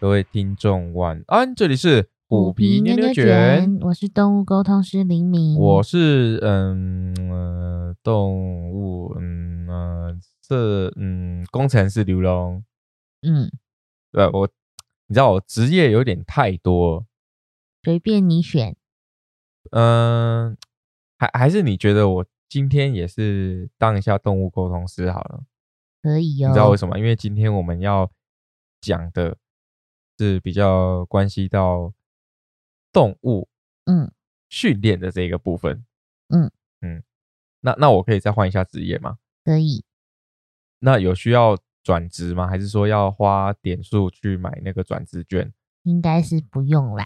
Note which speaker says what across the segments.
Speaker 1: 各位听众晚安，这里是虎
Speaker 2: 嗯
Speaker 1: 皮妞妞卷，，
Speaker 2: 我是动物沟通师林明，
Speaker 1: 我是嗯呃动物嗯呃这嗯工程师刘龙，
Speaker 2: 嗯，
Speaker 1: 对我你知道我职业有点太多，
Speaker 2: 随便你选，
Speaker 1: 嗯、还还是你觉得我今天也是当一下动物沟通师好了。
Speaker 2: 可以哦。
Speaker 1: 你知道为什么？因为今天我们要讲的是比较关系到动物
Speaker 2: 嗯，
Speaker 1: 训练的这个部分。
Speaker 2: 嗯
Speaker 1: 嗯，那那我可以再换一下职业吗？
Speaker 2: 可以。
Speaker 1: 那有需要转职吗？还是说要花点数去买那个转职券？
Speaker 2: 应该是不 用啦，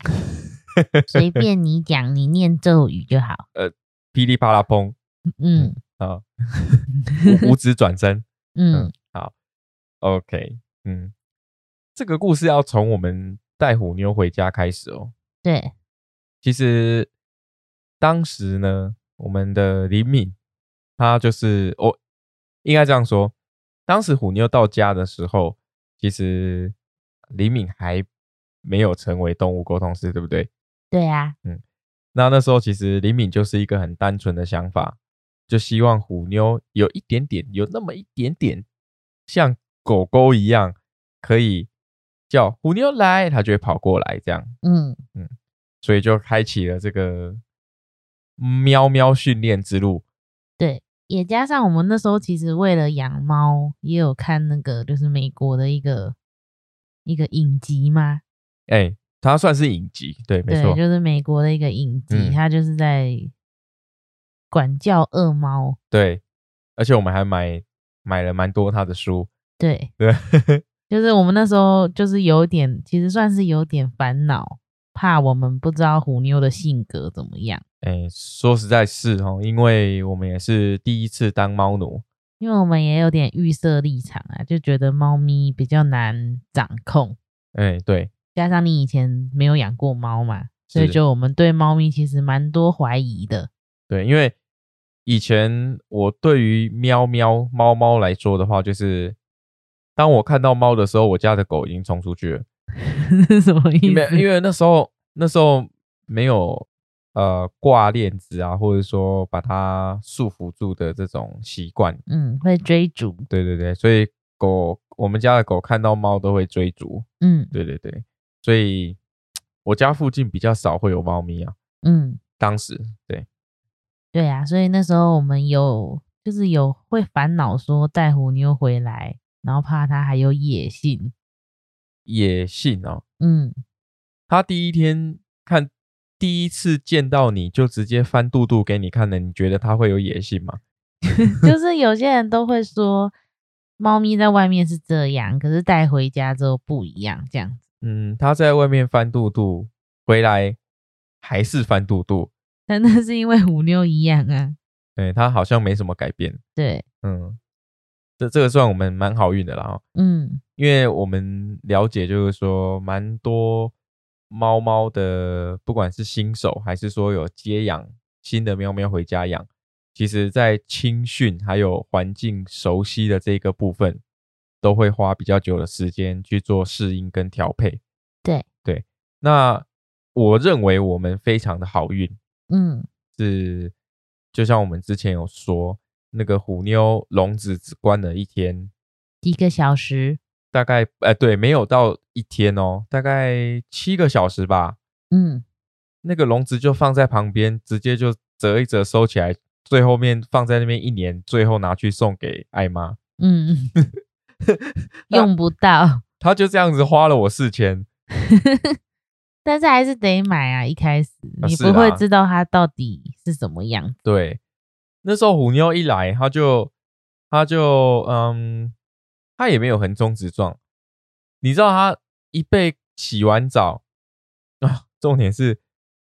Speaker 2: 随便你讲，你念咒语就好。
Speaker 1: 噼里啪啦砰，
Speaker 2: 嗯
Speaker 1: 啊，五指转身。
Speaker 2: 嗯
Speaker 1: 嗯，好，OK，嗯，这个故事要从我们带虎妞回家开始哦。
Speaker 2: 对，
Speaker 1: 其实当时呢，我们的李敏，他就是我、应该这样说，当时虎妞到家的时候，其实李敏还没有成为动物沟通师，对不对？
Speaker 2: 对啊，
Speaker 1: 那那时候其实李敏就是一个很单纯的想法，就希望虎妞有一点点，有那么一点点像狗狗一样，可以叫虎妞来，它就会跑过来这样。
Speaker 2: 嗯，
Speaker 1: 所以就开启了这个喵喵训练之路。
Speaker 2: 对，也加上我们那时候其实为了养猫，也有看那个就是美国的一个一个影集嘛，
Speaker 1: 哎、它算是影集，对，没
Speaker 2: 对，
Speaker 1: 错，
Speaker 2: 就是美国的一个影集，
Speaker 1: 嗯
Speaker 2: 它就是在管教恶猫，
Speaker 1: 对。而且我们还买买了蛮多它的书，
Speaker 2: 对，
Speaker 1: 对，
Speaker 2: 就是我们那时候就是有点，其实算是有点烦恼，怕我们不知道虎妞的性格怎么样。
Speaker 1: 哎、说实在是哦，因为我们也是第一次当猫奴，
Speaker 2: 因为我们也有点预设立场啊，就觉得猫咪比较难掌控，
Speaker 1: 哎、对，
Speaker 2: 加上你以前没有养过猫嘛，所以
Speaker 1: 是
Speaker 2: 就我们对猫咪其实蛮多怀疑的。
Speaker 1: 对，因为以前我对于喵喵猫猫来说的话，就是当我看到猫的时候，我家的狗已经冲出去了。
Speaker 2: 是什么 意
Speaker 1: 因为
Speaker 2: 思？
Speaker 1: 因为那时候那时候没有呃挂链子啊，或者说把它束缚住的这种习惯，
Speaker 2: 嗯，会追逐，
Speaker 1: 对对对，所以狗我们家的狗看到猫都会追逐，
Speaker 2: 嗯
Speaker 1: 对对对，所以我家附近比较少会有猫咪啊，
Speaker 2: 嗯，
Speaker 1: 当时对，
Speaker 2: 对啊，所以那时候我们有就是有会烦恼说带虎妞回来，然后怕它还有野性，
Speaker 1: 野性哦，
Speaker 2: 嗯，
Speaker 1: 它第一天看。第一次见到你就直接翻肚肚给你看的，你觉得它会有野性吗？
Speaker 2: 就是有些人都会说猫咪在外面是这样，可是带回家之后不一样，这样子。
Speaker 1: 嗯，它在外面翻肚肚，回来还是翻肚肚，
Speaker 2: 但那是因为虎妞一样啊。
Speaker 1: 对，它好像没什么改变。
Speaker 2: 对，
Speaker 1: 嗯，这这个算我们蛮好运的啦、哦，
Speaker 2: 嗯
Speaker 1: 因为我们了解就是说，蛮多猫猫的，不管是新手还是说有接养新的喵喵回家养，其实在青训还有环境熟悉的这个部分，都会花比较久的时间去做适应跟调配。
Speaker 2: 对
Speaker 1: 对，那我认为我们非常的好运，
Speaker 2: 嗯，
Speaker 1: 是，就像我们之前有说，那个虎妞笼子只关了一天，
Speaker 2: 几个小时，
Speaker 1: 大概呃对，没有到一天哦，大概七个小时吧。
Speaker 2: 嗯，
Speaker 1: 那个笼子就放在旁边，直接就折一折收起来，最后面放在那边一年，最后拿去送给艾妈。
Speaker 2: 嗯， 用不到，
Speaker 1: 她就这样子花了我四千，
Speaker 2: 但是还是得买啊。一开始
Speaker 1: 啊
Speaker 2: 你
Speaker 1: 是
Speaker 2: 不会
Speaker 1: 啊
Speaker 2: 知道它到底是什么样子，
Speaker 1: 对，那时候虎妞一来，他就他就嗯，他也没有横冲直撞。你知道他一被洗完澡啊，重点是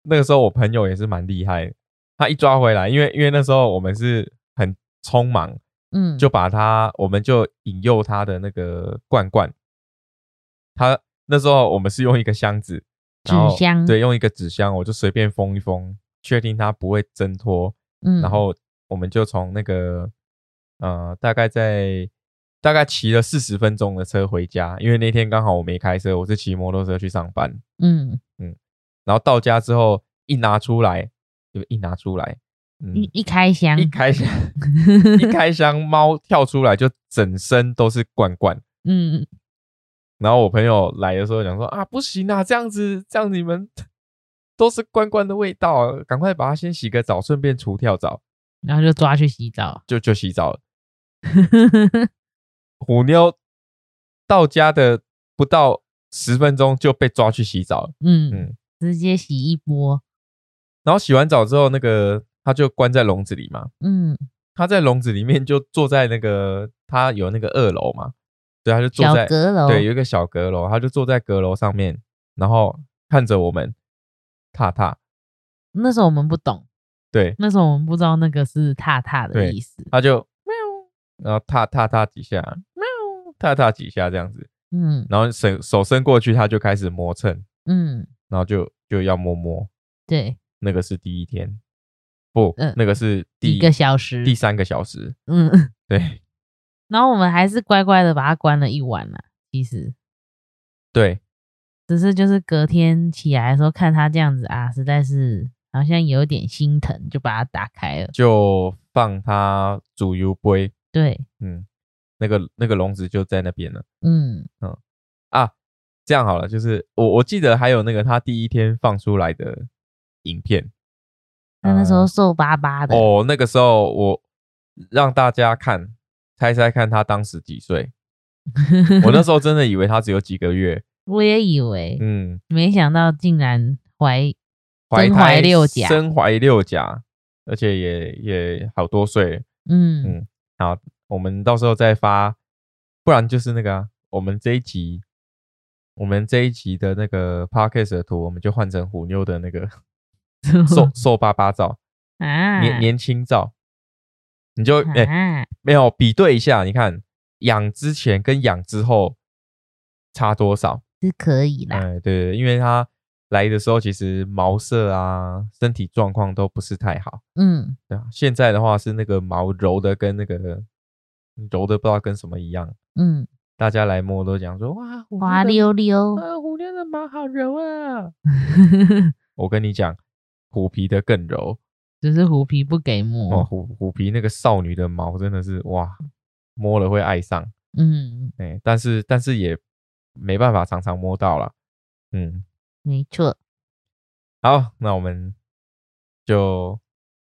Speaker 1: 那个时候我朋友也是蛮厉害的，他一抓回来，因为因为那时候我们是很匆忙，
Speaker 2: 嗯，
Speaker 1: 就把他我们就引诱他的那个罐罐，他那时候我们是用一个箱子。
Speaker 2: 纸
Speaker 1: 然后
Speaker 2: 箱
Speaker 1: 对，用一个纸箱，我就随便封一封，确定它不会挣脱，
Speaker 2: 嗯，
Speaker 1: 然后我们就从那个呃，大概在大概骑了四十分钟的车回家，因为那天刚好我没开车，我是骑摩托车去上班。
Speaker 2: 嗯，
Speaker 1: 然后到家之后一拿出来，就一拿出来，嗯，
Speaker 2: 一一开箱
Speaker 1: 一，开箱 一开箱，猫跳出来就整身都是罐罐。
Speaker 2: 嗯，
Speaker 1: 然后我朋友来的时候讲说啊，不行啊，这样子这样你们都是罐罐的味道啊，赶快把它先洗个澡，顺便除跳蚤，
Speaker 2: 然后就抓去洗澡。
Speaker 1: 就就洗澡了。
Speaker 2: 嗯
Speaker 1: 虎妞到家的不到十分钟就被抓去洗澡了，
Speaker 2: 嗯
Speaker 1: 嗯，
Speaker 2: 直接洗一波。
Speaker 1: 然后洗完澡之后，那个它就关在笼子里嘛，
Speaker 2: 嗯，
Speaker 1: 它在笼子里面就坐在那个它有那个二楼嘛，对，它就坐
Speaker 2: 小
Speaker 1: 在
Speaker 2: 阁楼。
Speaker 1: 对，有一个小阁楼，他就坐在阁楼上面，然后看着我们踏踏，
Speaker 2: 那时候我们不懂，
Speaker 1: 对，
Speaker 2: 那时候我们不知道那个是踏踏的
Speaker 1: 对
Speaker 2: 意思。
Speaker 1: 他就喵，然后踏踏踏几下，喵，踏踏几下这样子，
Speaker 2: 嗯
Speaker 1: 然后手手伸过去，他就开始磨蹭，
Speaker 2: 嗯，
Speaker 1: 然后就就要摸摸，
Speaker 2: 对，
Speaker 1: 那个是第一天，不，
Speaker 2: 嗯
Speaker 1: 那个是第
Speaker 2: 一个小时
Speaker 1: 第。三个小时，
Speaker 2: 嗯，
Speaker 1: 对
Speaker 2: 然后我们还是乖乖的把它关了一晚了。其实，
Speaker 1: 对，
Speaker 2: 只是就是隔天起来的时候看它这样子啊，实在是好像有点心疼，就把它打开了。
Speaker 1: 就放他煮油杯，
Speaker 2: 对，
Speaker 1: 嗯，那个那个笼子就在那边了。
Speaker 2: 嗯
Speaker 1: 啊，这样好了，就是我我记得还有那个他第一天放出来的影片，
Speaker 2: 他那时候
Speaker 1: 呃
Speaker 2: 瘦巴巴的，
Speaker 1: 哦，那个时候我让大家看，猜猜看他当时几 岁？我那时候真的以为他只有几个月，
Speaker 2: 我也以为，
Speaker 1: 嗯，
Speaker 2: 没想到竟然怀
Speaker 1: 怀
Speaker 2: 真
Speaker 1: 胎
Speaker 2: 怀六甲，
Speaker 1: 身怀六甲，而且也也好多岁。
Speaker 2: 嗯
Speaker 1: 嗯好，我们到时候再发，不然就是那个啊、我们这一集。我们这一集的那个 podcast 的图，我们就换成虎妞的那个瘦瘦巴巴照，
Speaker 2: 啊，
Speaker 1: 年年轻照，你就哎、
Speaker 2: 啊，
Speaker 1: 没有比对一下，你看养之前跟养之后差多少？
Speaker 2: 是可以
Speaker 1: 哎、
Speaker 2: 啦，
Speaker 1: 对对，对因为它来的时候其实毛色啊、身体状况都不是太好，
Speaker 2: 嗯，
Speaker 1: 对啊。现在的话是那个毛柔的跟那个柔的不知道跟什么一样，
Speaker 2: 嗯，
Speaker 1: 大家来摸都讲说哇，虎
Speaker 2: 滑
Speaker 1: 妞
Speaker 2: 溜溜
Speaker 1: 的，啊，虎妞的毛好柔 啊！我跟你讲，虎皮的更柔。
Speaker 2: 只是虎皮不给摸，
Speaker 1: 哦，虎虎皮那个少女的毛真的是哇，摸了会爱上，
Speaker 2: 嗯，
Speaker 1: 哎、但是但是也没办法常常摸到啦。嗯，
Speaker 2: 没错，
Speaker 1: 好，那我们就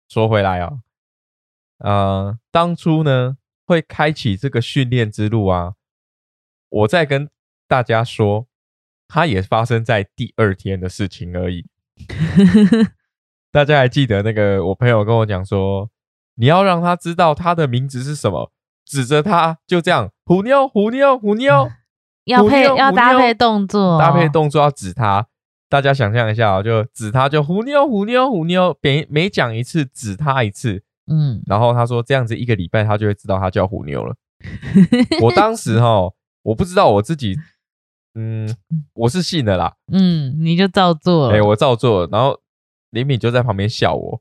Speaker 1: 说回来哦，呃，当初呢会开启这个训练之路啊，我在跟大家说，它也发生在第二天的事情而 已。大家还记得那个我朋友跟我讲说，你要让他知道他的名字是什么，指着他就这样虎妞虎妞虎妞，
Speaker 2: 要配
Speaker 1: 虎妞
Speaker 2: 要搭配
Speaker 1: 虎妞
Speaker 2: 动作，哦
Speaker 1: 搭配，动作要指他。大家想象一下哦，就指他就虎妞虎妞虎妞，每每讲一次指他一次，
Speaker 2: 嗯，
Speaker 1: 然后他说这样子一个礼拜他就会知道他叫虎妞了。我当时哈，我不知道我自己，嗯，我是信了啦，
Speaker 2: 嗯，你就照做
Speaker 1: 哎、
Speaker 2: 了，
Speaker 1: 我照做了，然后李敏就在旁边笑我，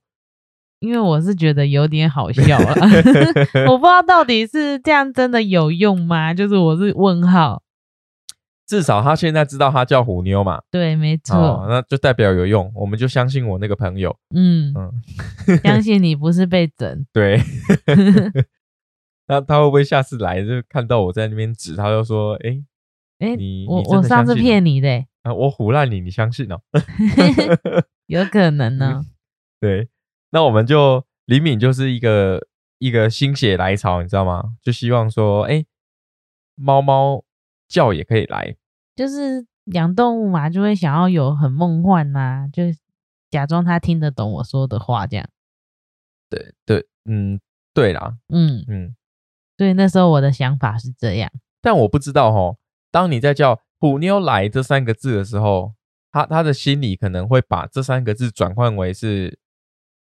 Speaker 2: 因为我是觉得有点好 笑啊， 我不知道到底是这样真的有用吗？就是我是问号，
Speaker 1: 至少他现在知道他叫虎妞嘛，
Speaker 2: 对，没错，
Speaker 1: 哦，那就代表有用，我们就相信我那个朋友。
Speaker 2: 嗯，相信你不是被整，
Speaker 1: 对，那他会不会下次来就看到我在那边指，他就说：“哎、
Speaker 2: 哎、
Speaker 1: 你
Speaker 2: 我
Speaker 1: 你真
Speaker 2: 我
Speaker 1: 的
Speaker 2: 上
Speaker 1: 相
Speaker 2: 次
Speaker 1: 信
Speaker 2: 骗你的欸、
Speaker 1: 啊，我唬烂你，你相信哦、
Speaker 2: 有可能哦
Speaker 1: 嗯
Speaker 2: 呢、
Speaker 1: 对，那我们就李敏就是一个一个心血来潮，你知道吗？就希望说，哎、猫猫叫也可以来，
Speaker 2: 就是养动物嘛，就会想要有很梦幻呐、就假装它听得懂我说的话这样。
Speaker 1: 对，嗯，对啦，
Speaker 2: 嗯，
Speaker 1: 嗯，
Speaker 2: 对，那时候我的想法是这样。
Speaker 1: 但我不知道哦，当你在叫“虎妞来”这三个字的时候，他他的心里可能会把这三个字转换为是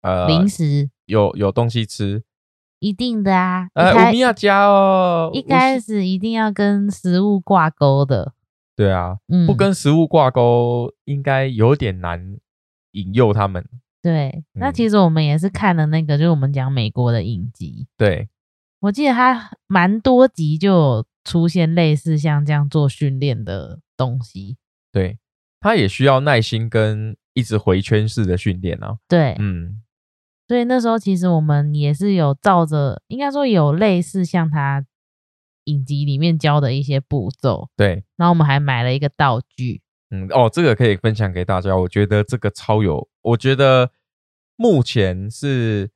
Speaker 1: 呃
Speaker 2: 零食
Speaker 1: 有有东西吃，
Speaker 2: 一定的啊，
Speaker 1: 呃，
Speaker 2: 一开
Speaker 1: 我们要加哦，
Speaker 2: 一
Speaker 1: 我
Speaker 2: 开
Speaker 1: 是
Speaker 2: 始一定要跟食物挂钩的。
Speaker 1: 对啊，
Speaker 2: 嗯，
Speaker 1: 不跟食物挂钩应该有点难引诱他们，
Speaker 2: 对。那
Speaker 1: 嗯
Speaker 2: 其实我们也是看了那个，就是我们讲美国的影集，
Speaker 1: 对，
Speaker 2: 我记得它蛮多集就有出现类似像这样做训练的东西。
Speaker 1: 对，它也需要耐心跟一直回圈式的训练啊。
Speaker 2: 对，
Speaker 1: 嗯，
Speaker 2: 所以那时候其实我们也是有照着，应该说有类似像他影集里面教的一些步骤，
Speaker 1: 对，
Speaker 2: 然后我们还买了一个道具。
Speaker 1: 嗯，哦，这个可以分享给大家。我觉得这个超有，我觉得目前是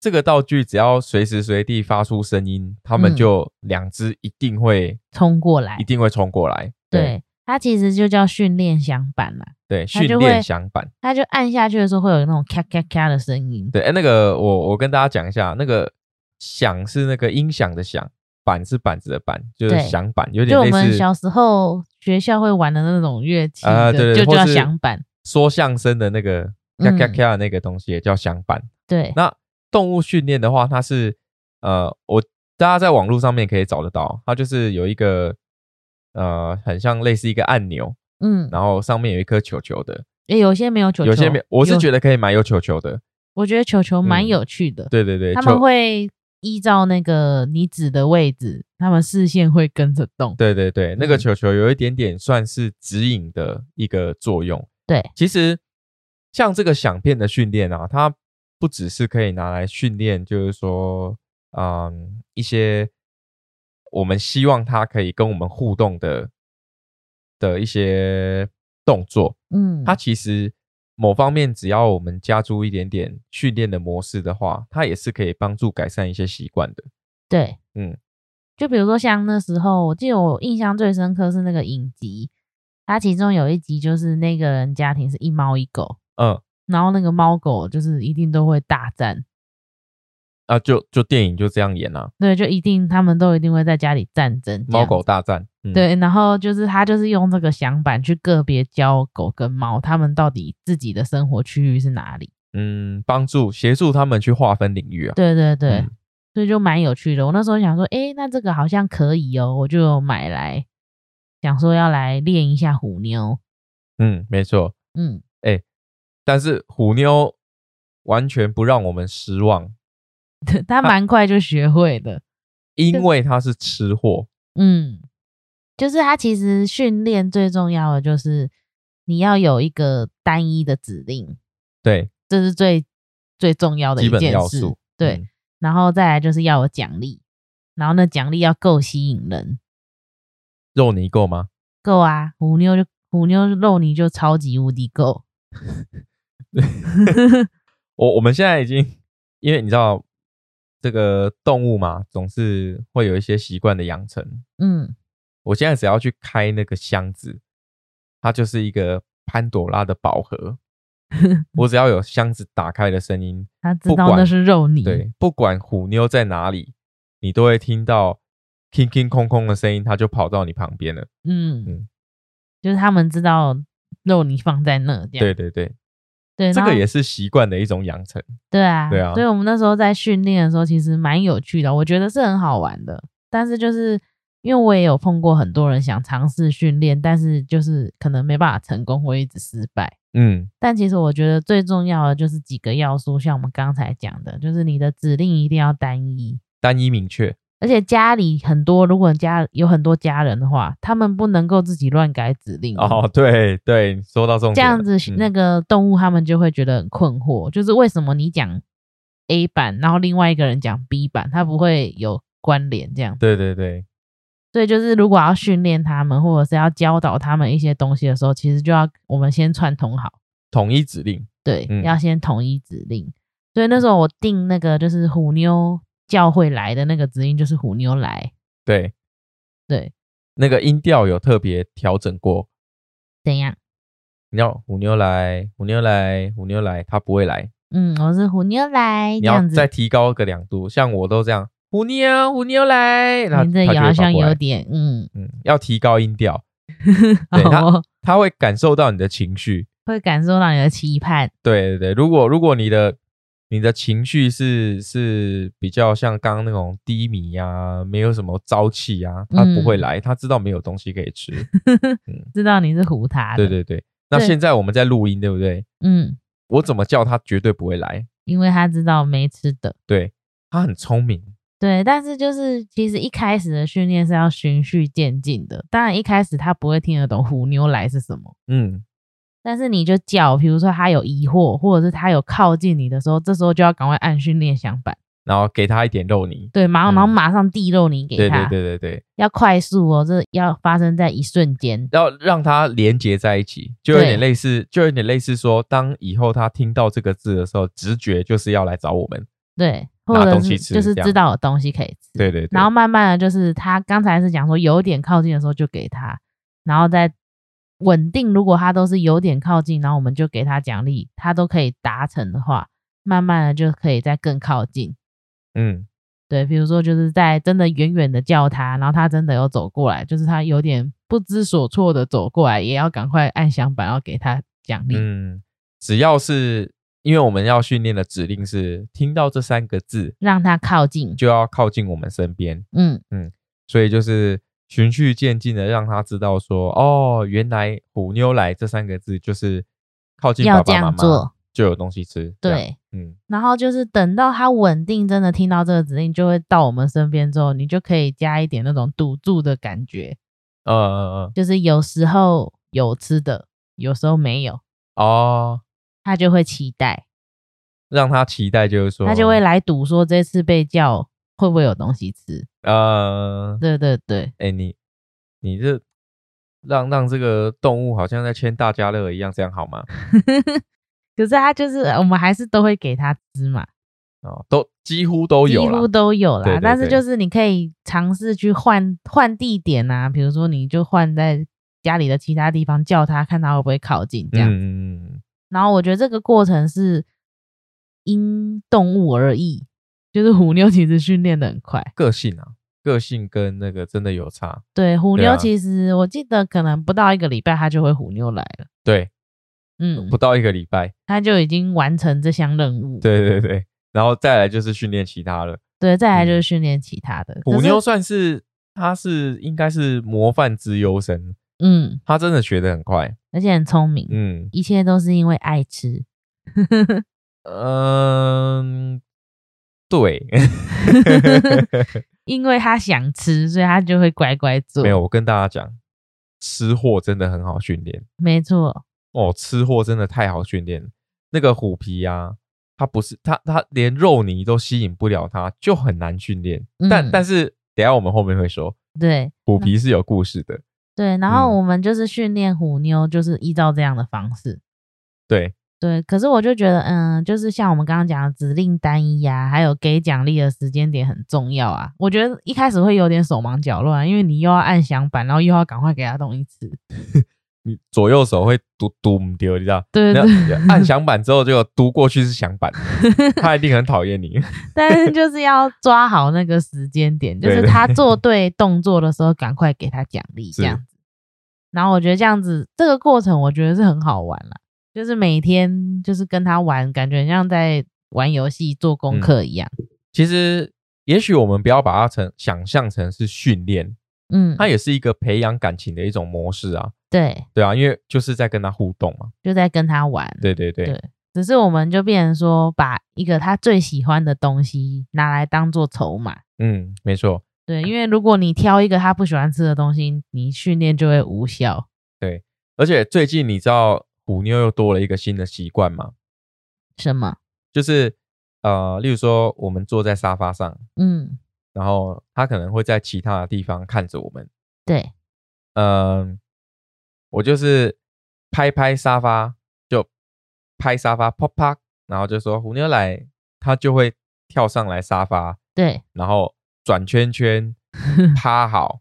Speaker 1: 这个道具，只要随时随地发出声音，他们
Speaker 2: 嗯
Speaker 1: 就两只一定会、
Speaker 2: 冲过来
Speaker 1: 一。定会冲过来。
Speaker 2: 对，它其实就叫训练响板啦，
Speaker 1: 对，
Speaker 2: 它就
Speaker 1: 训
Speaker 2: 会
Speaker 1: 练响板。
Speaker 2: 它就按下去的时候会有那种咔咔咔的声音。
Speaker 1: 对，哎，那个我我跟大家讲一下，那个响是那个音响的响，板是板子的板，就是
Speaker 2: 对
Speaker 1: 响板，有点
Speaker 2: 就我
Speaker 1: 类
Speaker 2: 们
Speaker 1: 似
Speaker 2: 小时候学校会玩的那种乐器
Speaker 1: 啊、对
Speaker 2: 的，
Speaker 1: 对，
Speaker 2: 就
Speaker 1: 或
Speaker 2: 叫
Speaker 1: 是
Speaker 2: 响板。
Speaker 1: 说相声的那个咔咔
Speaker 2: 嗯
Speaker 1: 咔的那个东西也叫响板。
Speaker 2: 对，
Speaker 1: 那动物训练的话，它是呃，我大家在网络上面可以找得到，它就是有一个呃，很像类似一个按钮，
Speaker 2: 嗯，
Speaker 1: 然后上面有一颗球球的，
Speaker 2: 也有些没有球球，
Speaker 1: 有些没，我是
Speaker 2: 有
Speaker 1: 觉得可以买有球球的，
Speaker 2: 我觉得球球蛮
Speaker 1: 嗯
Speaker 2: 有趣的。
Speaker 1: 对对对，
Speaker 2: 他们
Speaker 1: 球，
Speaker 2: 会依照那个你指的位置，他们视线会跟着动。
Speaker 1: 对对对，那个
Speaker 2: 嗯
Speaker 1: 球球有一点点算是指引的一个作用。
Speaker 2: 对，
Speaker 1: 其实像这个响片的训练啊，它不只是可以拿来训练，就是说，嗯，一些我们希望它可以跟我们互动的的一些动作。
Speaker 2: 嗯，
Speaker 1: 它其实某方面，只要我们加注一点点训练的模式的话，它也是可以帮助改善一些习惯的。
Speaker 2: 对，
Speaker 1: 嗯，
Speaker 2: 就比如说像那时候，我记得我印象最深刻是那个影集，它其中有一集就是那个人家庭是一猫一狗，
Speaker 1: 嗯
Speaker 2: 然后那个猫狗就是一定都会大战，
Speaker 1: 啊，就就电影就这样演啊，
Speaker 2: 对，就一定他们都一定会在家里战争，
Speaker 1: 猫狗。大战。嗯，
Speaker 2: 对，然后就是他就是用这个想板去个别教狗跟猫，他们到底自己的生活区域是哪里？
Speaker 1: 嗯，帮助协助他们去划分领域啊。
Speaker 2: 对对对，
Speaker 1: 嗯
Speaker 2: 所以就蛮有趣的。我那时候想说，诶，那这个好像可以哦，我就买来，想说要来练一下虎妞。
Speaker 1: 嗯，没错。
Speaker 2: 嗯，
Speaker 1: 但是虎妞完全不让我们失望，啊
Speaker 2: 他蛮快就学会的。
Speaker 1: 因为她是吃货。
Speaker 2: 嗯，就是他其实训练最重要的就是你要有一个单一的指令，
Speaker 1: 对，
Speaker 2: 这是最最重要的
Speaker 1: 基
Speaker 2: 一
Speaker 1: 本
Speaker 2: 件
Speaker 1: 要
Speaker 2: 事
Speaker 1: 素。。
Speaker 2: 对，
Speaker 1: 嗯
Speaker 2: 然后再来就是要有奖励，然后那奖励要够吸引人，
Speaker 1: 肉泥够吗？
Speaker 2: 够啊！虎妞就虎妞肉泥就超级无敌够。
Speaker 1: 我我们现在已经，因为你知道这个动物嘛，总是会有一些习惯的养成。
Speaker 2: 嗯，
Speaker 1: 我现在只要去开那个箱子，它就是一个潘朵拉的宝盒。我只要有箱子打开的声音，
Speaker 2: 他知
Speaker 1: 不
Speaker 2: 道
Speaker 1: 管
Speaker 2: 那是肉泥，
Speaker 1: 对，不管虎妞在哪里，你都会听到 king king 空空的声音，它就跑到你旁边了。
Speaker 2: 嗯，
Speaker 1: 嗯
Speaker 2: 就是他们知道肉泥放在那，这样
Speaker 1: 对对对，
Speaker 2: 对，
Speaker 1: 这
Speaker 2: 然后
Speaker 1: 个也是习惯的一种养成。
Speaker 2: 对啊，
Speaker 1: 对啊
Speaker 2: 所以我们那时候在训练的时候，其实蛮有趣的，我觉得是很好玩的。但是就是因为我也有碰过很多人想尝试训练，但是就是可能没办法成功，或一直失败。
Speaker 1: 嗯，
Speaker 2: 但其实我觉得最重要的就是几个要素，像我们刚才讲的，就是你的指令一定要单一，
Speaker 1: 单一明确。
Speaker 2: 而且家里很多，如果家有很多家人的话，他们不能够自己乱改指令哦
Speaker 1: 哦，对对，说到重点了，
Speaker 2: 这样子
Speaker 1: 嗯
Speaker 2: 那个动物他们就会觉得很困惑，就是为什么你讲 A 版，然后另外一个人讲 B 版，它不会有关联这样。
Speaker 1: 对对对，
Speaker 2: 所以就是如果要训练他们，或者是要教导他们一些东西的时候，其实就要我们先串通好，
Speaker 1: 统一指令。
Speaker 2: 对，
Speaker 1: 嗯
Speaker 2: 要先统一指令。所以那时候我定那个就是虎妞教会来的那个指令，就是虎妞来，
Speaker 1: 对
Speaker 2: 对，
Speaker 1: 那个音调有特别调整过。
Speaker 2: 怎样？
Speaker 1: 你要虎妞来，虎妞来，虎妞来，它不会来。
Speaker 2: 嗯，我是虎妞来
Speaker 1: 你
Speaker 2: 这
Speaker 1: 要
Speaker 2: 样子
Speaker 1: 再，提高个两度，像我都这样，虎妞，虎妞来，那
Speaker 2: 你这
Speaker 1: 它
Speaker 2: 也
Speaker 1: 就
Speaker 2: 好
Speaker 1: 会跑
Speaker 2: 像
Speaker 1: 过
Speaker 2: 有
Speaker 1: 来。
Speaker 2: 点嗯，
Speaker 1: 嗯，要提高音调，对 它
Speaker 2: 哦，
Speaker 1: 它会感受到你的情绪。
Speaker 2: 会感受到你的期盼。
Speaker 1: 对对对，如果如果你的你的情绪是是比较像刚刚那种低迷呀、没有什么朝气呀、它不会
Speaker 2: 嗯
Speaker 1: 来，它知道没有东西可以吃。
Speaker 2: 知道你是唬他的，
Speaker 1: 对对对，那
Speaker 2: 对
Speaker 1: 现在我们在录音，对不对？
Speaker 2: 嗯，
Speaker 1: 我怎么叫它绝对不会来，
Speaker 2: 因为他知道没吃的，
Speaker 1: 对，它很聪明，
Speaker 2: 对，但是就是其实一开始的训练是要循序渐进的。当然一开始他不会听得懂虎妞来是什么，
Speaker 1: 嗯，
Speaker 2: 但是你就叫，比如说他有疑惑，或者是他有靠近你的时候，这时候就要赶快按训练响板，
Speaker 1: 然后给他一点肉泥。
Speaker 2: 对，马上、
Speaker 1: 嗯
Speaker 2: 然后马上递肉泥给
Speaker 1: 对
Speaker 2: 他，
Speaker 1: 对对对对，
Speaker 2: 要快速哦，这要发生在一瞬间。
Speaker 1: 要让它连接在一起，就有点
Speaker 2: 对
Speaker 1: 类似，就有点类似说，当以后他听到这个字的时候，直觉就是要来找我们。
Speaker 2: 对，或
Speaker 1: 拿
Speaker 2: 者
Speaker 1: 东西
Speaker 2: 是
Speaker 1: 吃
Speaker 2: 就是
Speaker 1: 这样
Speaker 2: 知道有东西可以吃，
Speaker 1: 对对对，
Speaker 2: 然后慢慢的就是他刚才是讲说有点靠近的时候就给他，然后再稳定，如果他都是有点靠近，然后我们就给他奖励，他都可以达成的话，慢慢的就可以再更靠近。
Speaker 1: 嗯，
Speaker 2: 对，比如说就是在真的远远的叫他，然后他真的有走过来，就是他有点不知所措的走过来，也要赶快按响板，要给他奖励。
Speaker 1: 嗯，只要是因为我们要训练的指令是听到这三个字
Speaker 2: 让他靠近，
Speaker 1: 就要靠近我们身边，
Speaker 2: 嗯，
Speaker 1: 所以就是循序渐进的让他知道说，哦，原来虎妞来这三个字就是靠近
Speaker 2: 要
Speaker 1: 爸爸
Speaker 2: 这
Speaker 1: 妈
Speaker 2: 样
Speaker 1: 妈
Speaker 2: 做，
Speaker 1: 就有东西吃。这样，
Speaker 2: 对，
Speaker 1: 嗯
Speaker 2: 然后就是等到他稳定，真的听到这个指令，就会到我们身边之后，你就可以加一点那种赌注的感觉，
Speaker 1: 呃呃
Speaker 2: 就是有时候有吃的，有时候没有，
Speaker 1: 呃哦，
Speaker 2: 他就会期待，
Speaker 1: 让他期待就是说，
Speaker 2: 他就会来赌说这次被叫会不会有东西吃。
Speaker 1: 呃，
Speaker 2: 对对对，
Speaker 1: 哎、你你这让让这个动物好像在签大家乐一样，这样好吗？
Speaker 2: 可是他就是我们还是都会给他吃嘛，
Speaker 1: 哦，都几乎都有
Speaker 2: 几
Speaker 1: 啦
Speaker 2: 乎。都有啦。
Speaker 1: 对对
Speaker 2: 但是
Speaker 1: 对
Speaker 2: 就是你可以尝试去换换地点啊，比如说你就换在家里的其他地方叫他，看他会不会靠近这样。
Speaker 1: 嗯嗯嗯，
Speaker 2: 然后我觉得这个过程是因动物而异，就是虎妞其实训练的很快。
Speaker 1: 个性啊，个性跟那个真的有差。
Speaker 2: 对，虎
Speaker 1: 对啊
Speaker 2: 妞其实、我记得可能不到一个礼拜，它就会虎妞来了。
Speaker 1: 对，
Speaker 2: 嗯
Speaker 1: 不，到一个礼拜。
Speaker 2: 它就已经完成这项任务。
Speaker 1: 对对对，然后再来就是训练其他了。
Speaker 2: 对再来就是
Speaker 1: 嗯
Speaker 2: 训练其他的。可
Speaker 1: 虎
Speaker 2: 是
Speaker 1: 妞，算是他是应该是模范之优生，
Speaker 2: 嗯，
Speaker 1: 他真的学得很快。
Speaker 2: 而且很聪明，
Speaker 1: 嗯
Speaker 2: 一切都是因为爱吃。
Speaker 1: 嗯， 对，
Speaker 2: 因为它想吃，所以它就会乖乖做。
Speaker 1: 没有，，我跟大家讲，吃货真的很好训练。
Speaker 2: 没错，
Speaker 1: 哦，吃货真的太好训练了。那个虎皮啊，它不是它它连肉泥都吸引不了它，就很难训练。但
Speaker 2: 嗯
Speaker 1: 但是等一下我们后面会说，
Speaker 2: 对
Speaker 1: 虎皮是有故事的。
Speaker 2: 对。然后
Speaker 1: 嗯
Speaker 2: 我们就是训练虎妞，就是依照这样的方式。
Speaker 1: 对，
Speaker 2: 对，可是我就觉得，嗯，就是像我们刚刚讲的指令单一啊，还有给奖励的时间点很重要啊。我觉得一开始会有点手忙脚乱，因为你又要按响板，然后又要赶快给他东西吃。
Speaker 1: 你左右手会嘟嘟唔丢，你知道？
Speaker 2: 对对
Speaker 1: 然
Speaker 2: 对，
Speaker 1: 后按响板之后就嘟过去是响板，他一定很讨厌你。
Speaker 2: 但是就是要抓好那个时间点，就
Speaker 1: 对
Speaker 2: 是
Speaker 1: 对
Speaker 2: 他 做对动作的时候，赶快给他奖励
Speaker 1: 是
Speaker 2: 这样子。然后我觉得这样子这个过程，我觉得是很好玩啦，就是每天就是跟他玩，感觉像在玩游戏、做功
Speaker 1: 嗯
Speaker 2: 课一样。
Speaker 1: 其实也许我们不要把它成想象成是训练，
Speaker 2: 嗯，
Speaker 1: 它也是一个培养感情的一种模式啊。
Speaker 2: 对，
Speaker 1: 对啊，因为就是在跟他互动嘛。
Speaker 2: 就在跟他玩。
Speaker 1: 对对对，
Speaker 2: 对只是我们就变成说，把一个他最喜欢的东西拿来当做筹码。
Speaker 1: 嗯，没错。
Speaker 2: 对，因为如果你挑一个他不喜欢吃的东西，你训练就会无效。
Speaker 1: 而且最近你知道虎妞又多了一个新的习惯吗？
Speaker 2: 什么？
Speaker 1: 就是呃，例如说我们坐在沙发上，
Speaker 2: 嗯，
Speaker 1: 然后它可能会在其他的地方看着我们。
Speaker 2: 对，
Speaker 1: 嗯、我就是拍拍沙发，就拍沙发，啪啪，然后就说虎妞来，它就会跳上来沙发，
Speaker 2: 对，
Speaker 1: 然后转圈 圈，趴好，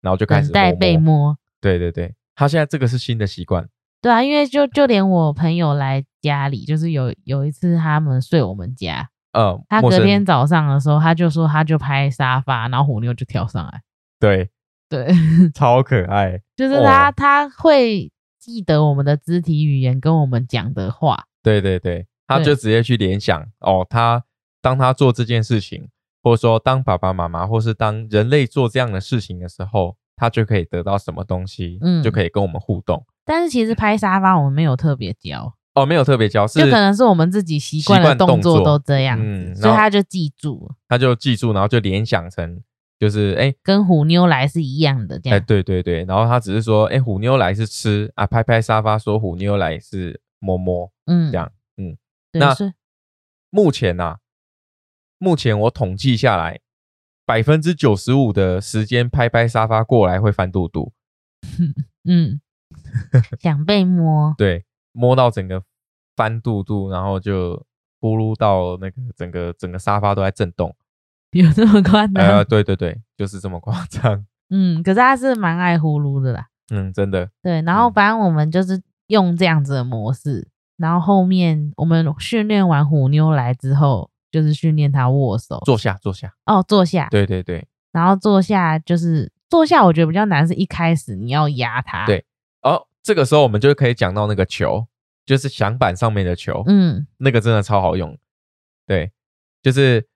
Speaker 1: 然后就开
Speaker 2: 等
Speaker 1: 始
Speaker 2: 待
Speaker 1: 摸
Speaker 2: 被
Speaker 1: 摸。
Speaker 2: 摸。
Speaker 1: 对对对，它现在这个是新的习惯。
Speaker 2: 对啊，因为就就连我朋友来家里，就是有有一次他们睡我们家，
Speaker 1: 呃，
Speaker 2: 他
Speaker 1: 陌
Speaker 2: 隔
Speaker 1: 生
Speaker 2: 天早上的时候，他就说他就拍沙发，然后虎妞就跳上来。
Speaker 1: 对，
Speaker 2: 对，
Speaker 1: 超可爱。
Speaker 2: 就是他、
Speaker 1: 哦
Speaker 2: 他会记得我们的肢体语言跟我们讲的话。
Speaker 1: 对对对，他
Speaker 2: 对
Speaker 1: 就直接去联想哦，他当他做这件事情，或者说当爸爸妈妈，或是当人类做这样的事情的时候，他就可以得到什么东西，
Speaker 2: 嗯
Speaker 1: 就可以跟我们互动。
Speaker 2: 但是其实拍沙发我们没有特别教，
Speaker 1: 哦，没有特别教，是
Speaker 2: 就可能是我们自己习惯
Speaker 1: 习
Speaker 2: 的
Speaker 1: 惯动
Speaker 2: 动作
Speaker 1: 作
Speaker 2: 都这样子，
Speaker 1: 嗯
Speaker 2: 所
Speaker 1: 然
Speaker 2: 以
Speaker 1: 后
Speaker 2: 他就记住了，
Speaker 1: 他就记住，然后就联想成就是哎
Speaker 2: 跟虎妞来是一样的这
Speaker 1: 哎、
Speaker 2: 样。
Speaker 1: 对对对，然后他只是说哎、虎妞来是吃啊，拍拍沙发说虎妞来是摸摸。
Speaker 2: 嗯，
Speaker 1: 这样嗯，那
Speaker 2: 对，是
Speaker 1: 目前呐、目前我统计下来，百分之九十五的时间拍拍沙发过来会翻肚肚，
Speaker 2: 嗯，想被摸，
Speaker 1: 对，摸到整个翻肚肚，然后就呼噜到那个整个整个沙发都在震动。
Speaker 2: 有这么夸张？
Speaker 1: 呃，对对对，就是这么夸张。
Speaker 2: 嗯，可是他是蛮爱呼噜的啦。
Speaker 1: 嗯，真的，
Speaker 2: 对，然后
Speaker 1: 嗯
Speaker 2: 反正我们就是用这样子的模式，然后后面我们训练完虎妞来之后，就是训练他握手，
Speaker 1: 坐下坐下。
Speaker 2: 哦，坐下，
Speaker 1: 对对对，
Speaker 2: 然后坐下就是坐下，我觉得比较难，是一开始你要压他，
Speaker 1: 对哦，这个时候我们就可以讲到那个球，就是响板上面的球，
Speaker 2: 嗯
Speaker 1: 那个真的超好用。对，就是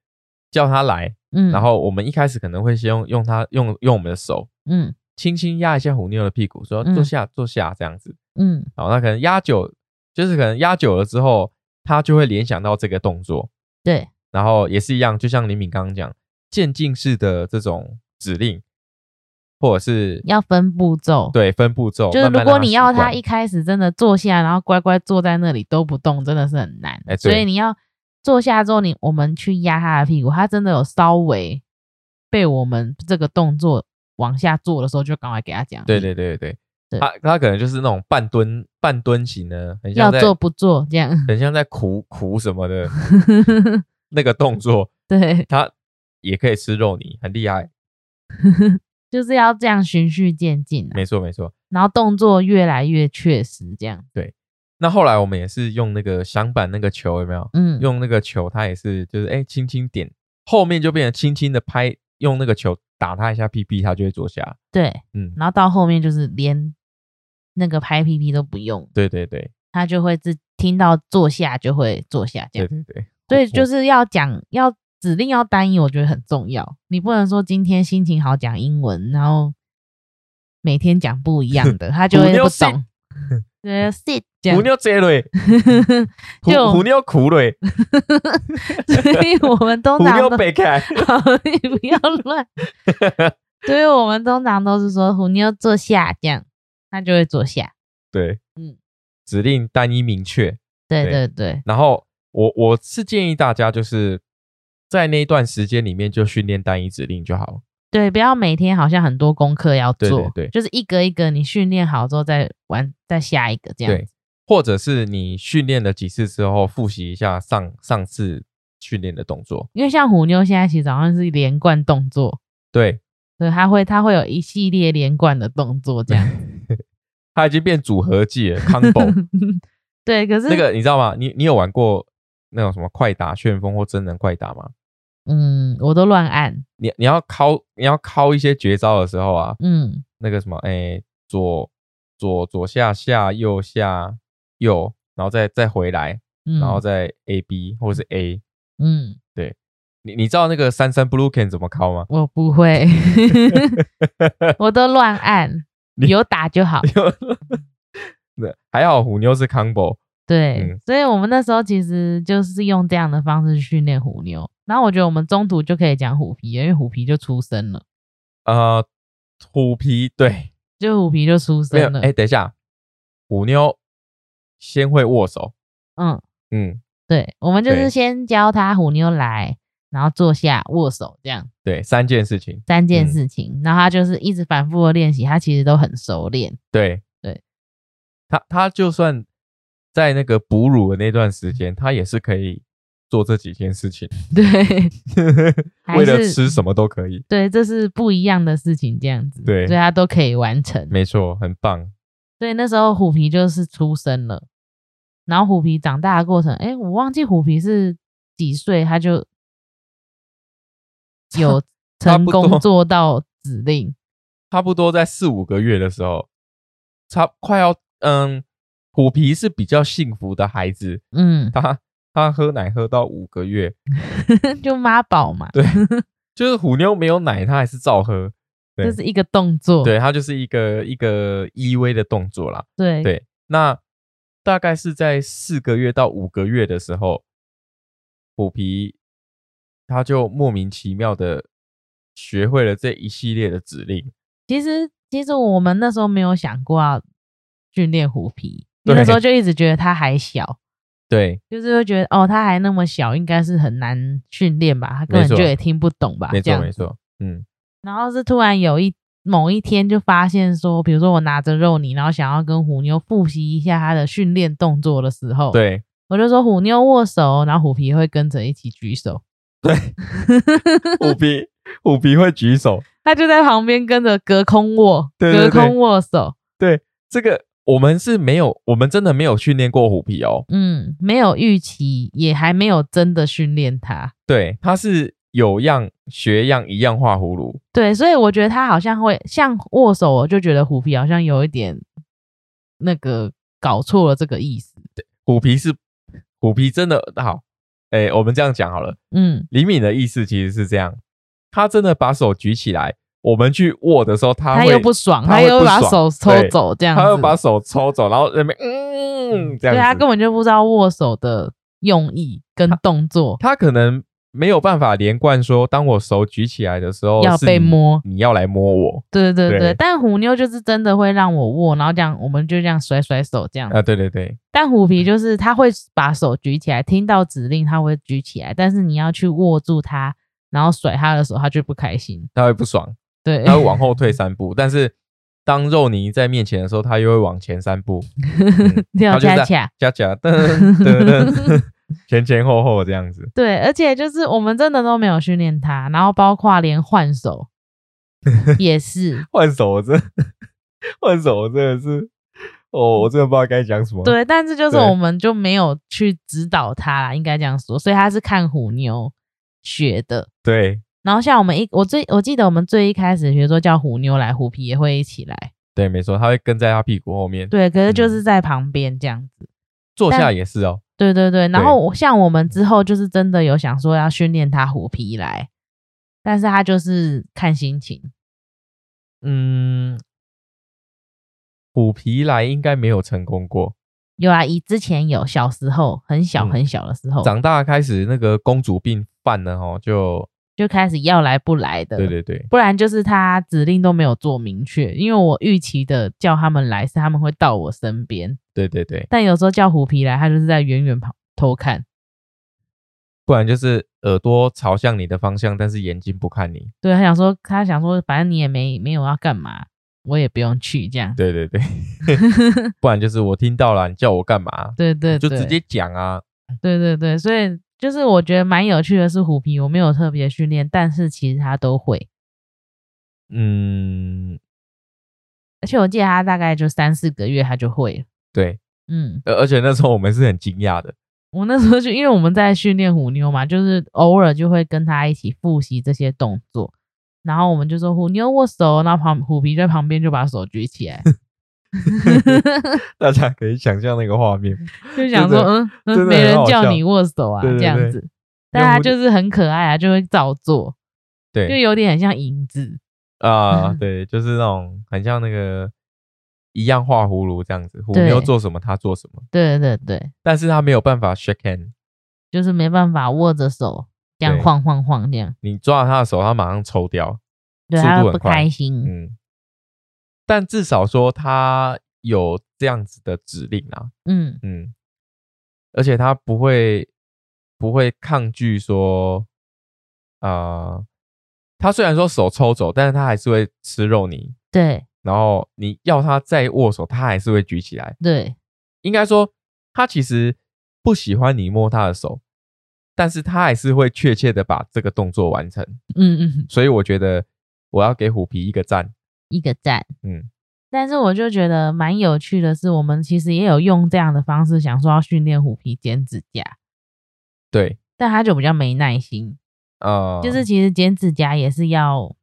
Speaker 1: 叫他来，
Speaker 2: 嗯，
Speaker 1: 然后我们一开始可能会先用用他用用我们的手
Speaker 2: 嗯
Speaker 1: 轻轻压一下虎妞的屁股，说
Speaker 2: 嗯
Speaker 1: 坐下坐下这样子。
Speaker 2: 嗯
Speaker 1: 然后他可能压久，就是可能压久了之后，他就会联想到这个动作，
Speaker 2: 对，
Speaker 1: 然后也是一样，就像林敏刚刚讲，渐进式的这种指令，或者是
Speaker 2: 要分步骤，。
Speaker 1: 对分步骤，
Speaker 2: 就是
Speaker 1: 慢慢
Speaker 2: 如果
Speaker 1: 让
Speaker 2: 你
Speaker 1: 习
Speaker 2: 要他
Speaker 1: 惯
Speaker 2: 一开始真的坐下，然后乖乖坐在那里都不动，真的是很难。
Speaker 1: 哎对
Speaker 2: 所以你要坐下之后你，我们去压他的屁股，他真的有稍微被我们这个动作往下做的时候，就赶快给他讲。
Speaker 1: 对，对对对
Speaker 2: 对
Speaker 1: 对，他他可能就是那种半蹲半蹲型的，很
Speaker 2: 要
Speaker 1: 像在
Speaker 2: 做不做这样。
Speaker 1: 很像在苦苦什么的那个动作，
Speaker 2: 对，
Speaker 1: 他也可以吃肉泥，很厉害，
Speaker 2: 就是要这样循序渐进、啊，
Speaker 1: 没错没错。
Speaker 2: 然后动作越来越确实，这样。
Speaker 1: 那后来我们也是用那个响板那个球有没有？
Speaker 2: 嗯，
Speaker 1: 用那个球，他也是就是哎轻轻点，后面就变成轻轻的拍，用那个球打他一下屁屁，他就会坐下。
Speaker 2: 对，
Speaker 1: 嗯，
Speaker 2: 然后到后面就是连那个拍屁屁都不用，
Speaker 1: 对对对
Speaker 2: 他就会自听到坐下就会坐下这
Speaker 1: 对
Speaker 2: 样。
Speaker 1: 对对，
Speaker 2: 所
Speaker 1: 我
Speaker 2: 以就是要讲要指令要单一，我觉得很重要。你不能说今天心情好讲英文，然后每天讲不一样的，他就会
Speaker 1: 虎妞
Speaker 2: 不
Speaker 1: sit
Speaker 2: 懂。对，sit 这
Speaker 1: 我
Speaker 2: 样
Speaker 1: 虎，妞这类，
Speaker 2: 就
Speaker 1: 虎虎妞苦类，
Speaker 2: 所以我们通
Speaker 1: 虎
Speaker 2: 常
Speaker 1: 妞
Speaker 2: 都
Speaker 1: 北 开，
Speaker 2: 好，你不要 乱。所以我们通常都是说虎妞坐下这样，他就会坐下。
Speaker 1: 对，
Speaker 2: 嗯
Speaker 1: 嗯，指令单一明确。
Speaker 2: 对对
Speaker 1: 对
Speaker 2: 对，
Speaker 1: 然后我我是建议大家就是在那一段时间里面就训练单一指令就好了。
Speaker 2: 对，不要每天好像很多功课要做，
Speaker 1: 对对对
Speaker 2: 就是一个一个你训练好之后再玩，再下一个这样
Speaker 1: 对，或者是你训练了几次之后，复习一下上上次训练的动作。
Speaker 2: 因为像虎妞现在其实好像是连贯动作，
Speaker 1: 对，
Speaker 2: 对，它会它会有一系列连贯的动作这样。
Speaker 1: 它已经变组合技了 ，combo。
Speaker 2: 对，可是
Speaker 1: 那个你知道吗？你你有玩过那种什么快打旋风或真人快打吗？
Speaker 2: 嗯，我都乱按，
Speaker 1: 你你要敲你要敲一些绝招的时候啊，
Speaker 2: 嗯，
Speaker 1: 那个什么，哎、左左左下下右下右，然后再再回来，
Speaker 2: 嗯
Speaker 1: 然后再 A B 或者是 A。
Speaker 2: 嗯，
Speaker 1: 你你知道那个三三 blue can 怎么敲吗？
Speaker 2: 我不会， 我都乱按，
Speaker 1: 你
Speaker 2: 有打 就好。
Speaker 1: 对，还好虎妞是 combo，
Speaker 2: 对，
Speaker 1: 嗯
Speaker 2: 所以我们那时候其实就是用这样的方式去训练虎妞。然后我觉得我们中途就可以讲虎皮，因为虎皮就出生了，
Speaker 1: 呃，虎皮对，
Speaker 2: 就虎皮就出
Speaker 1: 没有
Speaker 2: 生了。
Speaker 1: 哎、等一下，虎妞先会握手，
Speaker 2: 嗯，
Speaker 1: 嗯，
Speaker 2: 对，我们就是
Speaker 1: 对
Speaker 2: 先教他虎妞来，然后坐下握手，这样
Speaker 1: 对，三件事情，
Speaker 2: 三件
Speaker 1: 嗯
Speaker 2: 事情，然后他就是一直反复的练习，他其实都很熟练。
Speaker 1: 对
Speaker 2: 对，
Speaker 1: 他他就算在那个哺乳的那段时间，他也是可以做这几件事情，
Speaker 2: 对，还
Speaker 1: 为了
Speaker 2: 是
Speaker 1: 吃什么都可以，
Speaker 2: 对，这是不一样的事情，这样子，
Speaker 1: 对嗯
Speaker 2: 所以他都可以完成。
Speaker 1: 没错，很棒，
Speaker 2: 所以那时候虎皮就是出生了，然后虎皮长大的过程，哎，我忘记虎皮是几岁，他就有
Speaker 1: 差
Speaker 2: 成
Speaker 1: 不多
Speaker 2: 功做到指令。
Speaker 1: 差不多在四五个月的时候，差快要嗯，虎皮是比较幸福的孩子，
Speaker 2: 嗯，
Speaker 1: 他他喝奶喝到五个月，
Speaker 2: 就妈宝嘛，
Speaker 1: 对，就是虎妞没有奶，他还是照喝，对
Speaker 2: 这是一个动作。
Speaker 1: 对，他就是一个一个依偎的动作啦。
Speaker 2: 对
Speaker 1: 对，那大概是在四个月到五个月的时候，虎皮它就莫名其妙的学会了这一系列的指令。
Speaker 2: 其实其实我们那时候没有想过要训练虎皮，
Speaker 1: 对
Speaker 2: 因为那时候就一直觉得它还小，
Speaker 1: 对，
Speaker 2: 就是会觉得哦，它还那么小，应该是很难训练吧，它根
Speaker 1: 没
Speaker 2: 本
Speaker 1: 错
Speaker 2: 就也听不懂吧，
Speaker 1: 没错
Speaker 2: 这样
Speaker 1: 没错，嗯，
Speaker 2: 然后是突然有一某一天就发现说，比如说我拿着肉泥，然后想要跟虎妞复习一下它的训练动作的时候，，
Speaker 1: 对
Speaker 2: 我就说虎妞握手，然后虎皮会跟着一起举手，
Speaker 1: 对， 虎皮虎皮会举手，
Speaker 2: 它就在旁边跟着隔空握，
Speaker 1: 对对对
Speaker 2: 隔空握手，
Speaker 1: 这个我们是没有，我们真的没有训练过虎皮哦。
Speaker 2: 嗯，没有预期，也还没有真的训练它。
Speaker 1: 对，它是有样学样，一样画葫芦。
Speaker 2: 对，所以我觉得它好像会像握手，我就觉得虎皮好像有一点那个搞错了这个意思。
Speaker 1: 虎皮是虎皮，真的好。哎，我们这样讲好了。
Speaker 2: 嗯，
Speaker 1: 李敏的意思其实是这样，他真的把手举起来，我们去握的时候，他
Speaker 2: 他
Speaker 1: 会
Speaker 2: 又不爽，
Speaker 1: 他
Speaker 2: 他
Speaker 1: 会
Speaker 2: 又
Speaker 1: 不
Speaker 2: 把
Speaker 1: 爽
Speaker 2: 手抽
Speaker 1: 对
Speaker 2: 走，这样子。
Speaker 1: 他会把手抽走，然后那边嗯这样
Speaker 2: 对
Speaker 1: 子。
Speaker 2: 啊他根本就不知道握手的用意跟动作
Speaker 1: 他可能没有办法连贯说，当我手举起来的时候
Speaker 2: 要
Speaker 1: 是
Speaker 2: 被
Speaker 1: 你
Speaker 2: 摸。
Speaker 1: 你要来摸我
Speaker 2: 对对对
Speaker 1: 对
Speaker 2: 对，但虎妞就是真的会让我握，然后这样我们就这样甩甩手这样。
Speaker 1: 啊、对对对，
Speaker 2: 但虎皮就是他会把手举起来，听到指令他会举起来，但是你要去握住他，然后甩他的时候，他就不开心。
Speaker 1: 他会不爽，
Speaker 2: 对，
Speaker 1: 他会往后退三步，但是当肉泥在面前的时候，他又会往前三步，
Speaker 2: 跳
Speaker 1: 他 就
Speaker 2: 恰
Speaker 1: 在
Speaker 2: 恰。
Speaker 1: 加加噔噔噔， 前前后后这样子。
Speaker 2: 对，而且就是我们真的都没有训练他，然后包括连 换手也是，
Speaker 1: 换手我真换手我真的是，哦，我真的不知道该讲什么。
Speaker 2: 对，但是就是
Speaker 1: 对
Speaker 2: 我们就没有去指导他啦，应该这样说，所以他是看虎妞学的。
Speaker 1: 对
Speaker 2: 然后像我们一，我最我记得我们最一开始，比如说叫虎妞来，虎皮也会一起来，
Speaker 1: 对，没错，他会跟在他屁股后面，
Speaker 2: 对，可是
Speaker 1: 嗯
Speaker 2: 就是在旁边这样子，
Speaker 1: 坐下
Speaker 2: 但
Speaker 1: 也是哦。
Speaker 2: 对对对。然后我像我们之后就是真的有想说要训练他虎皮来，但是他就是看心情，
Speaker 1: 嗯，虎皮来应该没有成功过，
Speaker 2: 有啊，以之前有小时候很小
Speaker 1: 嗯
Speaker 2: 很小的时候、
Speaker 1: 长大开始那个公主病犯了哦，就
Speaker 2: 就开始要来不来的，
Speaker 1: 对对对
Speaker 2: 不然就是他指令都没有做明确，因为我预期的叫他们来是他们会到我身边，
Speaker 1: 对对对，
Speaker 2: 但有时候叫虎皮来，他就是在远远旁偷看。
Speaker 1: 不然就是耳朵朝向你的方向，但是眼睛不看你。
Speaker 2: 对他想说，他想说，反正你也没没有要干嘛，我也不用去这样。
Speaker 1: 对对 对，不然就是我听到了，你叫我干嘛？
Speaker 2: 对对
Speaker 1: 就
Speaker 2: 对，
Speaker 1: 直接讲啊。
Speaker 2: 对对对，所以就是我觉得蛮有趣的是虎皮，我没有特别训练，但是其实他都会，
Speaker 1: 嗯，
Speaker 2: 而且我记得他大概就三四个月他就会了。
Speaker 1: 对，
Speaker 2: 嗯，
Speaker 1: 而而且那时候我们是很惊讶 的，
Speaker 2: 我那时候就因为我们在训练虎妞嘛，就是偶尔就会跟他一起复习这些动作，然后我们就说虎妞握手，然后旁虎皮在旁边就把手举起来，
Speaker 1: 大家可以想象那个画面。
Speaker 2: 就想说
Speaker 1: 真的
Speaker 2: 嗯
Speaker 1: 真的
Speaker 2: 嗯，没人
Speaker 1: 很好笑
Speaker 2: 叫你握手啊
Speaker 1: 对对
Speaker 2: 这样
Speaker 1: 对
Speaker 2: 子，但他就是很可爱啊，就会照做，就
Speaker 1: 对
Speaker 2: 有点很像影子，
Speaker 1: 啊、对，就是那种很像那个一样画葫芦这样子，虎
Speaker 2: 对
Speaker 1: 妞做什么他做什么，
Speaker 2: 对对对，
Speaker 1: 但是他没有办法 shake hand，
Speaker 2: 就是没办法握着手这样
Speaker 1: 对
Speaker 2: 晃晃晃这样，
Speaker 1: 你抓了他的手，他马上抽掉。
Speaker 2: 对
Speaker 1: 速度
Speaker 2: 他
Speaker 1: 很
Speaker 2: 不
Speaker 1: 快
Speaker 2: 开心，
Speaker 1: 嗯，但至少说他有这样子的指令啊，
Speaker 2: 嗯，
Speaker 1: 嗯，而且他不会不会抗拒说，啊，他虽然说手抽走，但是他还是会吃肉泥，
Speaker 2: 对
Speaker 1: 然后你要他再握手，他还是会举起来。
Speaker 2: 对
Speaker 1: 应该说，他其实不喜欢你摸他的手，但是他还是会确切的把这个动作完成。
Speaker 2: 嗯嗯，
Speaker 1: 所以我觉得我要给虎皮一个赞。
Speaker 2: 一个赞。
Speaker 1: 嗯，
Speaker 2: 但是我就觉得蛮有趣的是，我们其实也有用这样的方式想说要训练虎皮剪指甲，
Speaker 1: 对，
Speaker 2: 但他就比较没耐心。
Speaker 1: 呃，
Speaker 2: 就是其实剪指甲也是要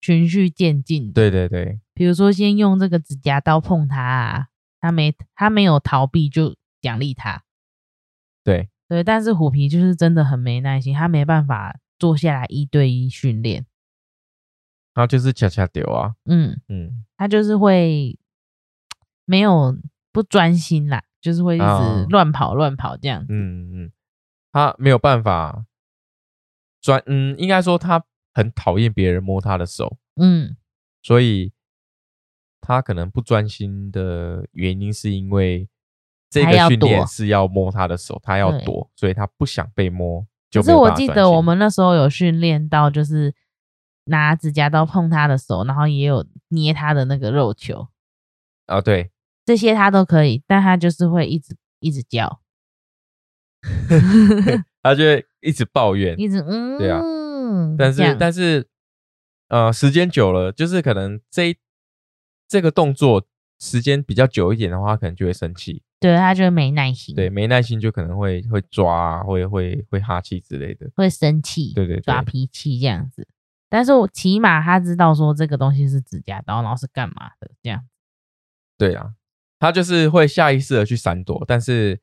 Speaker 2: 循序渐进，，
Speaker 1: 对对对
Speaker 2: 比如说先用这个指甲刀碰他、啊，他没他没有逃避就奖励他，
Speaker 1: 对，
Speaker 2: 对。但是虎皮就是真的很没耐心，他没办法坐下来一对一训练，
Speaker 1: 然后就是恰恰丢啊，
Speaker 2: 嗯，
Speaker 1: 嗯，
Speaker 2: 他就是会没有不专心啦，就是会一直
Speaker 1: 啊
Speaker 2: 乱跑乱跑这样子。
Speaker 1: 嗯嗯，他没有办法专，嗯，应该说他很讨厌别人摸他的手，
Speaker 2: 嗯
Speaker 1: 所以他可能不专心的原因是因为这
Speaker 2: 他要
Speaker 1: 个训练
Speaker 2: 躲
Speaker 1: 是要摸他的手，他要
Speaker 2: 对
Speaker 1: 躲，所以他不想被摸。就
Speaker 2: 可是
Speaker 1: 没有
Speaker 2: 我
Speaker 1: 办法
Speaker 2: 记
Speaker 1: 专
Speaker 2: 得
Speaker 1: 心
Speaker 2: 我们那时候有训练到，就是拿指甲刀碰他的手，然后也有捏他的那个肉球，
Speaker 1: 啊，对，
Speaker 2: 这些他都可以，但他就是会一直一直叫，
Speaker 1: 他就会一直抱怨，
Speaker 2: 一直嗯，
Speaker 1: 对啊但
Speaker 2: 这
Speaker 1: 是
Speaker 2: 样
Speaker 1: 但是呃，时间久了，就是可能这一这个动作时间比较久一点的话，他可能就会生气，
Speaker 2: 对他就会没耐心，
Speaker 1: 对，，没耐心就可能会会抓啊，会会会哈气之类的，
Speaker 2: 会生气，
Speaker 1: 对对对
Speaker 2: 耍脾气这样子。但是我起码他知道说这个东西是指甲刀，然后是干嘛的这样。
Speaker 1: 对啊，他就是会下意识的去闪躲，但是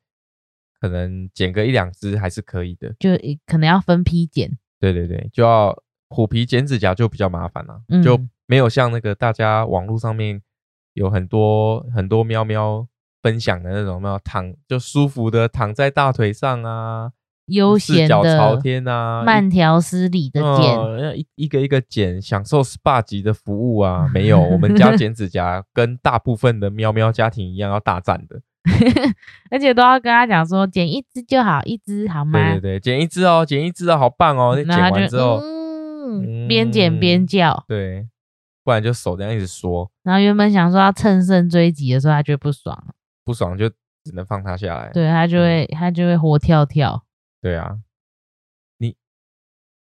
Speaker 1: 可能剪个一两只还是可以的，
Speaker 2: 就一可能要分批剪，
Speaker 1: 对对对，就要虎皮剪指甲就比较麻烦啦、
Speaker 2: 嗯
Speaker 1: 就没有像那个大家网络上面有很多很多喵喵分享的那种，有没有躺就舒服的躺在大腿上啊，
Speaker 2: 悠
Speaker 1: 四
Speaker 2: 闲
Speaker 1: 脚朝
Speaker 2: 的、
Speaker 1: 天啊，
Speaker 2: 慢条斯理的剪，
Speaker 1: 嗯要一一个一个剪，享受 SPA 级的服务啊。没有，我们家 剪指甲跟大部分的喵喵家庭一样要大战 的，
Speaker 2: 而且都要跟他讲说剪一只就好，一只好吗？
Speaker 1: 对对对，剪一只哦，剪一只哦，好棒哦，那
Speaker 2: 然
Speaker 1: 剪
Speaker 2: 后他
Speaker 1: 完
Speaker 2: 就
Speaker 1: 之后，
Speaker 2: 嗯，边剪边叫，
Speaker 1: 对，不然就手这样一直缩。
Speaker 2: 然后原本想说要乘胜追击的时候，他就不爽了，
Speaker 1: 不爽就只能放他下来。
Speaker 2: 对他就
Speaker 1: 嗯
Speaker 2: 会、他就会活跳跳。
Speaker 1: 对啊，你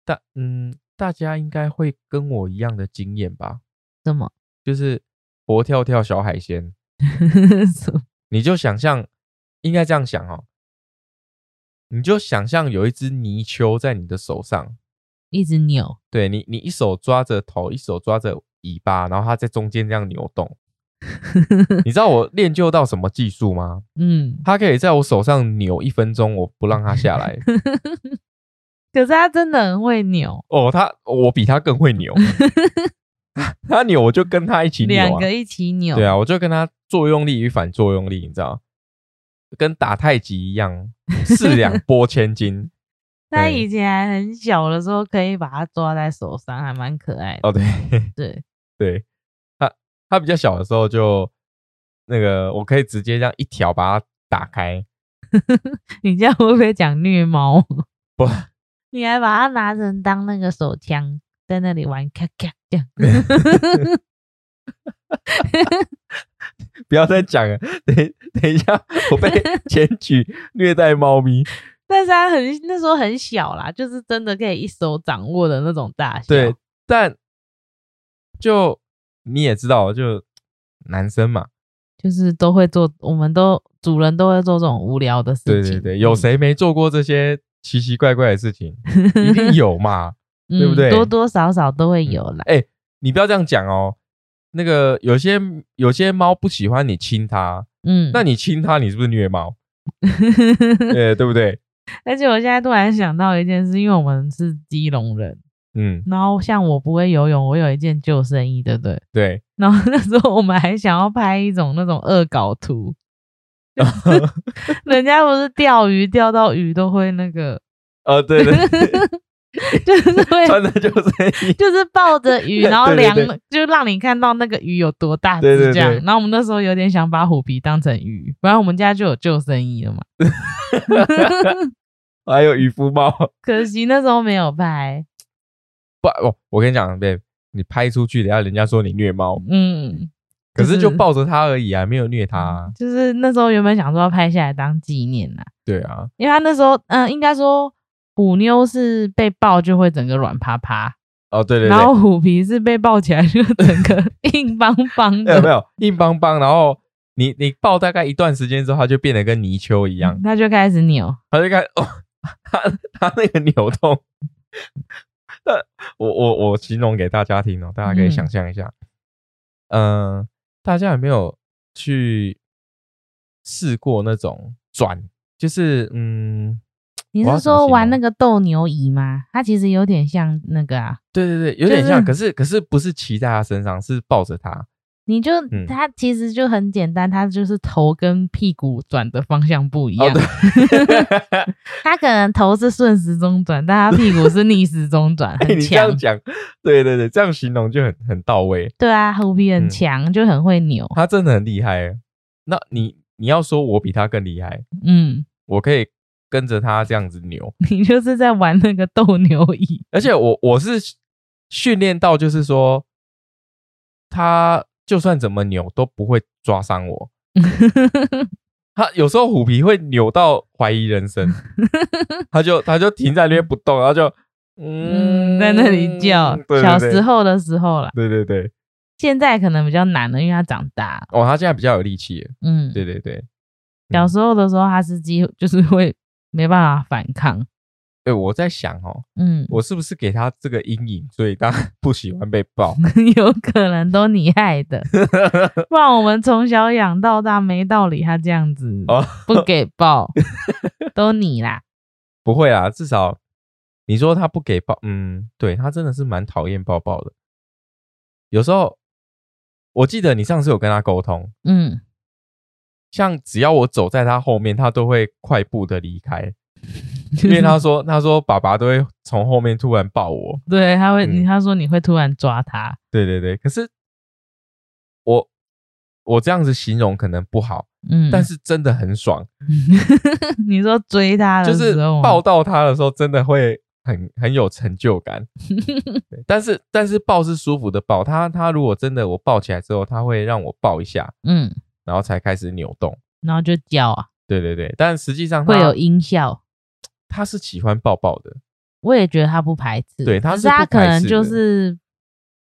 Speaker 1: 大嗯，大家应该会跟我一样的经验吧？
Speaker 2: 什么？
Speaker 1: 就是活跳跳小海鲜，
Speaker 2: 什么
Speaker 1: 你就想象，应该这样想哦，你就想象有一只泥鳅在你的手上，
Speaker 2: 一直扭，
Speaker 1: 对你，你一手抓着头，一手抓着尾巴，然后它在中间这样扭动。你知道我练就到什么技术吗？
Speaker 2: 嗯，
Speaker 1: 它可以在我手上扭一分钟，我不让它下来。
Speaker 2: 可是他真的很会扭，
Speaker 1: 哦，他我比他更会 扭，他扭我就跟他一起扭、啊，
Speaker 2: 两个一起扭，
Speaker 1: 对啊，我就跟他作用力与反作用力，你知道，跟打太极一样，四 两拨千斤。
Speaker 2: 他
Speaker 1: 对
Speaker 2: 以前还很小的时候，可以把它抓在手上，还蛮可爱的。
Speaker 1: 哦，对
Speaker 2: 对，
Speaker 1: 对，他他比较小的时候就那个，我可以直接这样一条把它打开，
Speaker 2: 你这样会不会讲虐猫？
Speaker 1: 不，
Speaker 2: 你还把它拿成当那个手枪，在那里玩咔咔这样。
Speaker 1: 不要再讲了，等一等一下我 被检举虐待猫咪。
Speaker 2: 但是它很那时候很小啦，就是真的可以一手掌握的那种大小。
Speaker 1: 对，但就你也知道，就男生嘛，
Speaker 2: 就是都会做，我们都主人都会做这种无聊的
Speaker 1: 对
Speaker 2: 事情。
Speaker 1: 对对，有谁没做过这些奇奇怪怪的事 情？一定有嘛，
Speaker 2: 嗯、
Speaker 1: 对不对
Speaker 2: 多多少少都会有啦。
Speaker 1: 哎、你不要这样讲哦。那个有些有些猫不喜欢你亲它，
Speaker 2: 嗯，
Speaker 1: 那你亲它，你是不是虐 猫？呃，对不对？
Speaker 2: 而且我现在突然想到一件事，因为我们是基隆人，
Speaker 1: 嗯，
Speaker 2: 然后像我不会游泳，我有一件救生衣，对不 对？
Speaker 1: 对。
Speaker 2: 然后那时候我们还想要拍一种那种恶搞图， 人家不是钓鱼钓到鱼都会那个，
Speaker 1: 呃，对对，
Speaker 2: 就是会
Speaker 1: 穿的就是衣，
Speaker 2: 就是抱着 鱼，然后
Speaker 1: 对对
Speaker 2: 量，
Speaker 1: 对
Speaker 2: 就让你看到那个鱼有多大
Speaker 1: 对
Speaker 2: 只
Speaker 1: 对
Speaker 2: 这样。
Speaker 1: 对
Speaker 2: 然后我们那时候有点想把虎皮当成鱼，不然我们家就有救生衣了嘛。
Speaker 1: 还有渔夫帽。
Speaker 2: 可惜那时候没有拍。
Speaker 1: 不，哦、我跟你讲，对，你拍出去，等下人家说你虐猫，
Speaker 2: 嗯，
Speaker 1: 可是就
Speaker 2: 就是
Speaker 1: 抱着它而已啊，没有虐它啊、
Speaker 2: 就是那时候原本想说要拍下来当纪念呐、
Speaker 1: 对啊，
Speaker 2: 因为他那时候，嗯、应该说虎妞是被抱就会整个软趴趴，
Speaker 1: 哦，对对对，
Speaker 2: 然后虎皮是被抱起 来就整个硬邦 邦
Speaker 1: 没有没
Speaker 2: 的。
Speaker 1: 有 硬邦邦，然后你你抱大概一段时间之后，它就变得跟泥鳅一样，
Speaker 2: 他就开始扭，
Speaker 1: 它就开始哦， 它它那个扭动， 那我我我形容给大家听哦，大家可以
Speaker 2: 嗯
Speaker 1: 想象一下，嗯、大家有没有去试过那种转，就是嗯。
Speaker 2: 你
Speaker 1: 我要哦
Speaker 2: 是
Speaker 1: 怎么
Speaker 2: 说
Speaker 1: 形
Speaker 2: 玩
Speaker 1: 容
Speaker 2: 那个斗牛椅吗？它其实有点像那个啊，
Speaker 1: 对对对，有点
Speaker 2: 就是
Speaker 1: 像，可是可是不是骑在它身上，是抱着它，
Speaker 2: 你就、
Speaker 1: 嗯
Speaker 2: 它其实就很简单，它就是头跟屁股转的方向不一
Speaker 1: 哦
Speaker 2: 样。
Speaker 1: 对，
Speaker 2: 它可能头是顺时钟转，但它屁股是逆时钟转，
Speaker 1: 哎
Speaker 2: 很
Speaker 1: 你这
Speaker 2: 强
Speaker 1: 样。讲，对对对，这样形容就很很到位。
Speaker 2: 对啊，虎皮很
Speaker 1: 嗯
Speaker 2: 强，就很会扭。
Speaker 1: 他真的很厉害。那你你要说我比他更厉害，
Speaker 2: 嗯，
Speaker 1: 我可以跟着他这样子扭，
Speaker 2: 你就是在玩那个斗牛椅。
Speaker 1: 而且我我是训练到，就是说他就算怎么扭都不会抓伤我。他有时候虎皮会扭到怀疑人 生，他就他就停在那边不动，然后就
Speaker 2: 嗯，
Speaker 1: 嗯
Speaker 2: 在那里叫。
Speaker 1: 对对对
Speaker 2: 小时候的时候啦，
Speaker 1: 对对对，
Speaker 2: 现在可能比较难了，因为他长大了。
Speaker 1: 哦，他现在比较有力气了，
Speaker 2: 嗯，
Speaker 1: 对对对，
Speaker 2: 小时候的时候他是几乎就是会没办法反抗。
Speaker 1: 对我在想哦，
Speaker 2: 嗯，
Speaker 1: 我是不是给他这个阴影，所以他 不喜欢被抱？
Speaker 2: 有可能都你害 的，不然我们从小养到大，没道理他这样子
Speaker 1: 哦
Speaker 2: 不给 抱，都你啦。
Speaker 1: 不会啊，至少你说他不给抱，嗯，对他真的是蛮讨厌抱抱的。有时候我记得你上次有跟他沟通，
Speaker 2: 嗯，
Speaker 1: 像只要我走在他后面，他都会快步的离开，因为他说他说爸爸都会从后面突然抱我。
Speaker 2: 对，他会，你
Speaker 1: 嗯
Speaker 2: 他说你会突然抓他，
Speaker 1: 对对对，可是我我这样子形容可能不好，
Speaker 2: 嗯，
Speaker 1: 但是真的很爽。
Speaker 2: 你说追他的
Speaker 1: 就是
Speaker 2: 时候吗
Speaker 1: 抱到他的时候，真的会很很有成就 感。对但是但是抱是舒服的抱，他他如果真的我抱起来之后，他会让我抱一下，
Speaker 2: 嗯，
Speaker 1: 然后才开始扭动。
Speaker 2: 然后就叫啊，
Speaker 1: 对对对，但实际上他
Speaker 2: 会有音效。
Speaker 1: 他是喜欢抱抱的，
Speaker 2: 我也觉得他不排斥，
Speaker 1: 对他
Speaker 2: 可
Speaker 1: 是
Speaker 2: 是他
Speaker 1: 不
Speaker 2: 可
Speaker 1: 排
Speaker 2: 能
Speaker 1: 斥
Speaker 2: 就
Speaker 1: 的
Speaker 2: 是，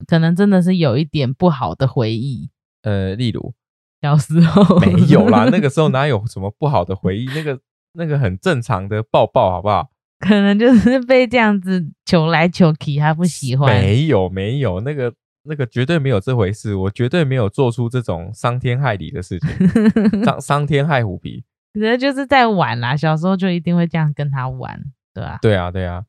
Speaker 2: 可能真的是有一点不好的回忆，
Speaker 1: 呃，例如
Speaker 2: 小时 候
Speaker 1: 没有啦，那个时候哪有什么不好的回忆，那个那个很正常的抱抱，好不好？
Speaker 2: 可能就是被这样子求来求去，他不喜欢。
Speaker 1: 没有没有，那个那个绝对没有这回事，我绝对没有做出这种伤天害理的事情， 伤伤天害虎皮。
Speaker 2: 可能就是在玩啦，小时候就一定会这样跟他玩，对吧、
Speaker 1: 对啊，对啊，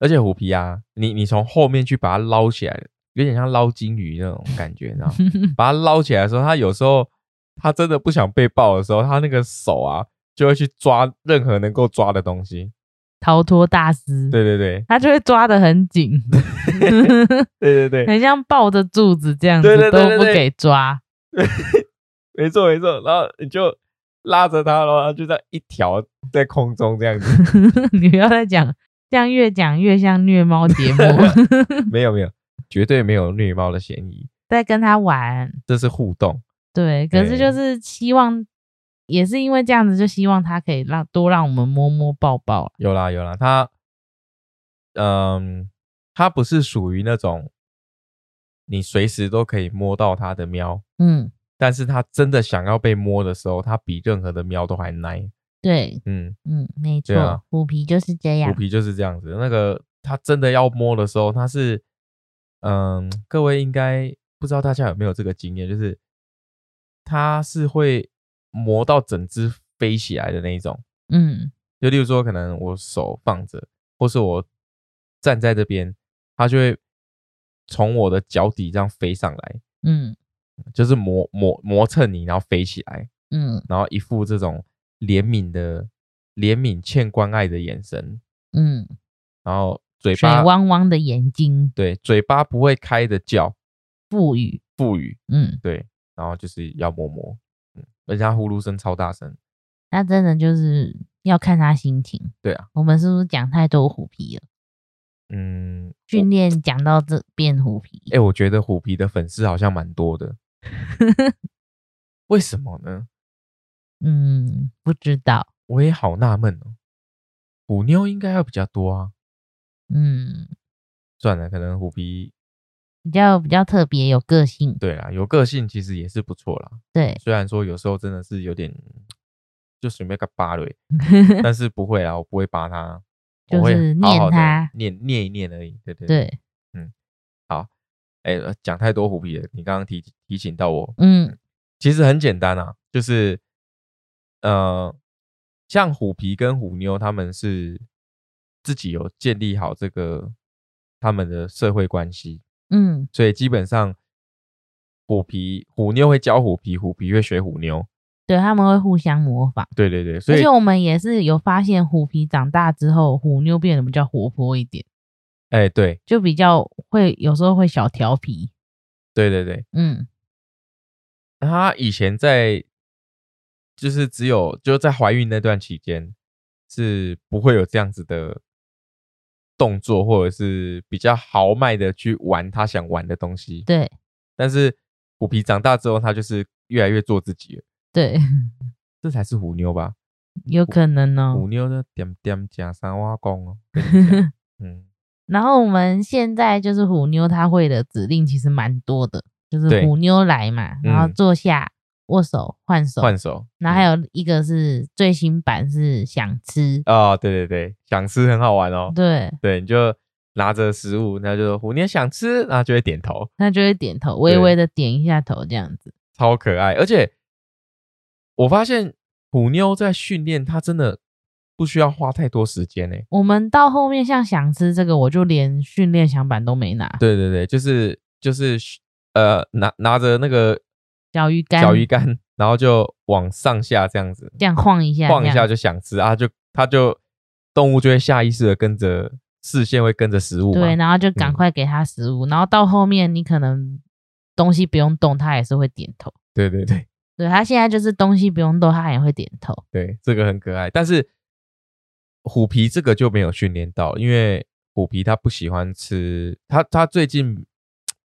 Speaker 1: 而且虎皮啊，你你从后面去把它捞起来，有点像捞金鱼那种感觉，你知道吗？把它捞起来的时候，它有时候它真的不想被抱的时候，它那个手啊就会去抓任何能够抓的东西。
Speaker 2: 逃脱大师，
Speaker 1: 对对对，
Speaker 2: 他就会抓得 很紧，
Speaker 1: 对对对，
Speaker 2: 很像抱着柱子这样子
Speaker 1: 对对对对
Speaker 2: 都不
Speaker 1: 对
Speaker 2: 给抓。
Speaker 1: 没错没错。然后你就拉着它，然后它就这样一条在空中这样子。
Speaker 2: 你不要再讲，这样越讲越像 虐猫节目，
Speaker 1: 没有没有，绝对没有虐猫的嫌疑，
Speaker 2: 在跟他玩。
Speaker 1: 这是互动。
Speaker 2: 对，可是就是希望，也是因为这样子，就希望他可以让多让我们摸摸抱抱啦。
Speaker 1: 有啦有啦，它，嗯，它不是属于那种你随时都可以摸到它的喵，
Speaker 2: 嗯，
Speaker 1: 但是它真的想要被摸的时候，它比任何的喵都还耐。
Speaker 2: 对，
Speaker 1: 嗯，
Speaker 2: 嗯，没
Speaker 1: 对啊
Speaker 2: 错，虎皮就是这
Speaker 1: 虎
Speaker 2: 样。
Speaker 1: 皮就是这样子。那个它真的要摸的时候，它是，嗯，各位应该不知道大家有没有这个经验，就是它是会磨到整只飞起来的那一种。
Speaker 2: 嗯
Speaker 1: 就例如说，可能我手放着，或是我站在这边，它就会从我的脚底这样飞上来，
Speaker 2: 嗯
Speaker 1: 就是磨磨磨蹭你，然后飞起来，
Speaker 2: 嗯
Speaker 1: 然后一副这种怜悯的、怜悯欠关爱的眼神，
Speaker 2: 嗯，
Speaker 1: 然后嘴
Speaker 2: 水
Speaker 1: 巴
Speaker 2: 汪汪的眼睛，
Speaker 1: 对嘴巴不会开的叫，
Speaker 2: 富裕。
Speaker 1: 腹语
Speaker 2: 嗯，
Speaker 1: 对，然后就是要摸摸，嗯，而且它呼噜声超大声，
Speaker 2: 那真的就是要看他心情。
Speaker 1: 对啊，
Speaker 2: 我们是不是讲太多虎皮了？
Speaker 1: 嗯，
Speaker 2: 训练讲到这变虎皮。
Speaker 1: 哎、我觉得虎皮的粉丝好像蛮多的，为什么呢？
Speaker 2: 嗯，不知道。
Speaker 1: 我也好纳闷哦，虎妞应该要比较多啊。
Speaker 2: 嗯，
Speaker 1: 算了，可能虎皮
Speaker 2: 比较比较特别，有个性。
Speaker 1: 对啦，有个性其实也是不错啦。
Speaker 2: 对，
Speaker 1: 虽然说有时候真的是有点就随便个扒了，欸 但是不会啦，我不会扒它，
Speaker 2: 就是
Speaker 1: 我会好好的
Speaker 2: 念它
Speaker 1: 念念一念而已。对对
Speaker 2: 对，
Speaker 1: 好，哎、呃讲太多虎皮了，你刚刚提提醒到我，
Speaker 2: 嗯
Speaker 1: 其实很简单啊，就是呃，像虎皮跟虎妞他们是自己有建立好这个他们的社会关系，
Speaker 2: 嗯
Speaker 1: 所以基本上虎皮虎妞会教虎皮，虎皮会学虎妞。
Speaker 2: 对，他们会互相模仿。
Speaker 1: 对对对，所
Speaker 2: 而
Speaker 1: 以
Speaker 2: 且我们也是有发现，虎皮长大之后，虎妞变得比较活泼一点，
Speaker 1: 哎，对
Speaker 2: 就比较会有时候会小调皮。
Speaker 1: 对对对，
Speaker 2: 嗯，
Speaker 1: 她以前在就是只有就在怀孕那段期间是不会有这样子的动作，或者是比较豪迈的去玩她想玩的东西。
Speaker 2: 对
Speaker 1: 但是虎皮长大之后，她就是越来越做自己了，
Speaker 2: 对，
Speaker 1: 这才是虎妞吧？
Speaker 2: 有可能
Speaker 1: 虎
Speaker 2: 哦。
Speaker 1: 妞的点点假三挖工哦，跟你 讲嗯，
Speaker 2: 然后我们现在就是虎妞，她会的指令其实蛮多的，就是
Speaker 1: 对
Speaker 2: 虎妞来嘛，然后
Speaker 1: 嗯
Speaker 2: 坐下、握手、换手，
Speaker 1: 换手，嗯
Speaker 2: 然后还有一个是最新版是想吃，
Speaker 1: 啊、对对对，想吃很好玩哦。
Speaker 2: 对，
Speaker 1: 对，你就拿着食物，那就说虎妞想吃，然后就会点头，
Speaker 2: 那就会点头，微
Speaker 1: 对
Speaker 2: 微的点一下头这样子。
Speaker 1: 超可爱。而且我发现虎妞在训练，它真的不需要花太多时间呢、欸
Speaker 2: 我们到后面像想吃这个，我就连训练响板都没拿，
Speaker 1: 对对对，就是就是呃，拿拿着那个
Speaker 2: 小鱼干
Speaker 1: 小鱼干，然后就往上下这样子
Speaker 2: 这样晃一下，
Speaker 1: 晃一
Speaker 2: 这
Speaker 1: 下
Speaker 2: 样
Speaker 1: 就想吃啊，就它就动物就会下意识的跟着视线会跟着食物嘛。
Speaker 2: 对，然后就赶
Speaker 1: 嗯
Speaker 2: 快给它食物，然后到后面你可能东西不用动，它也是会点头。
Speaker 1: 对对对。
Speaker 2: 对，它现在就是东西不用动，它也会点头。
Speaker 1: 对，这个很可爱。但是虎皮这个就没有训练到，因为虎皮它不喜欢吃，它它最近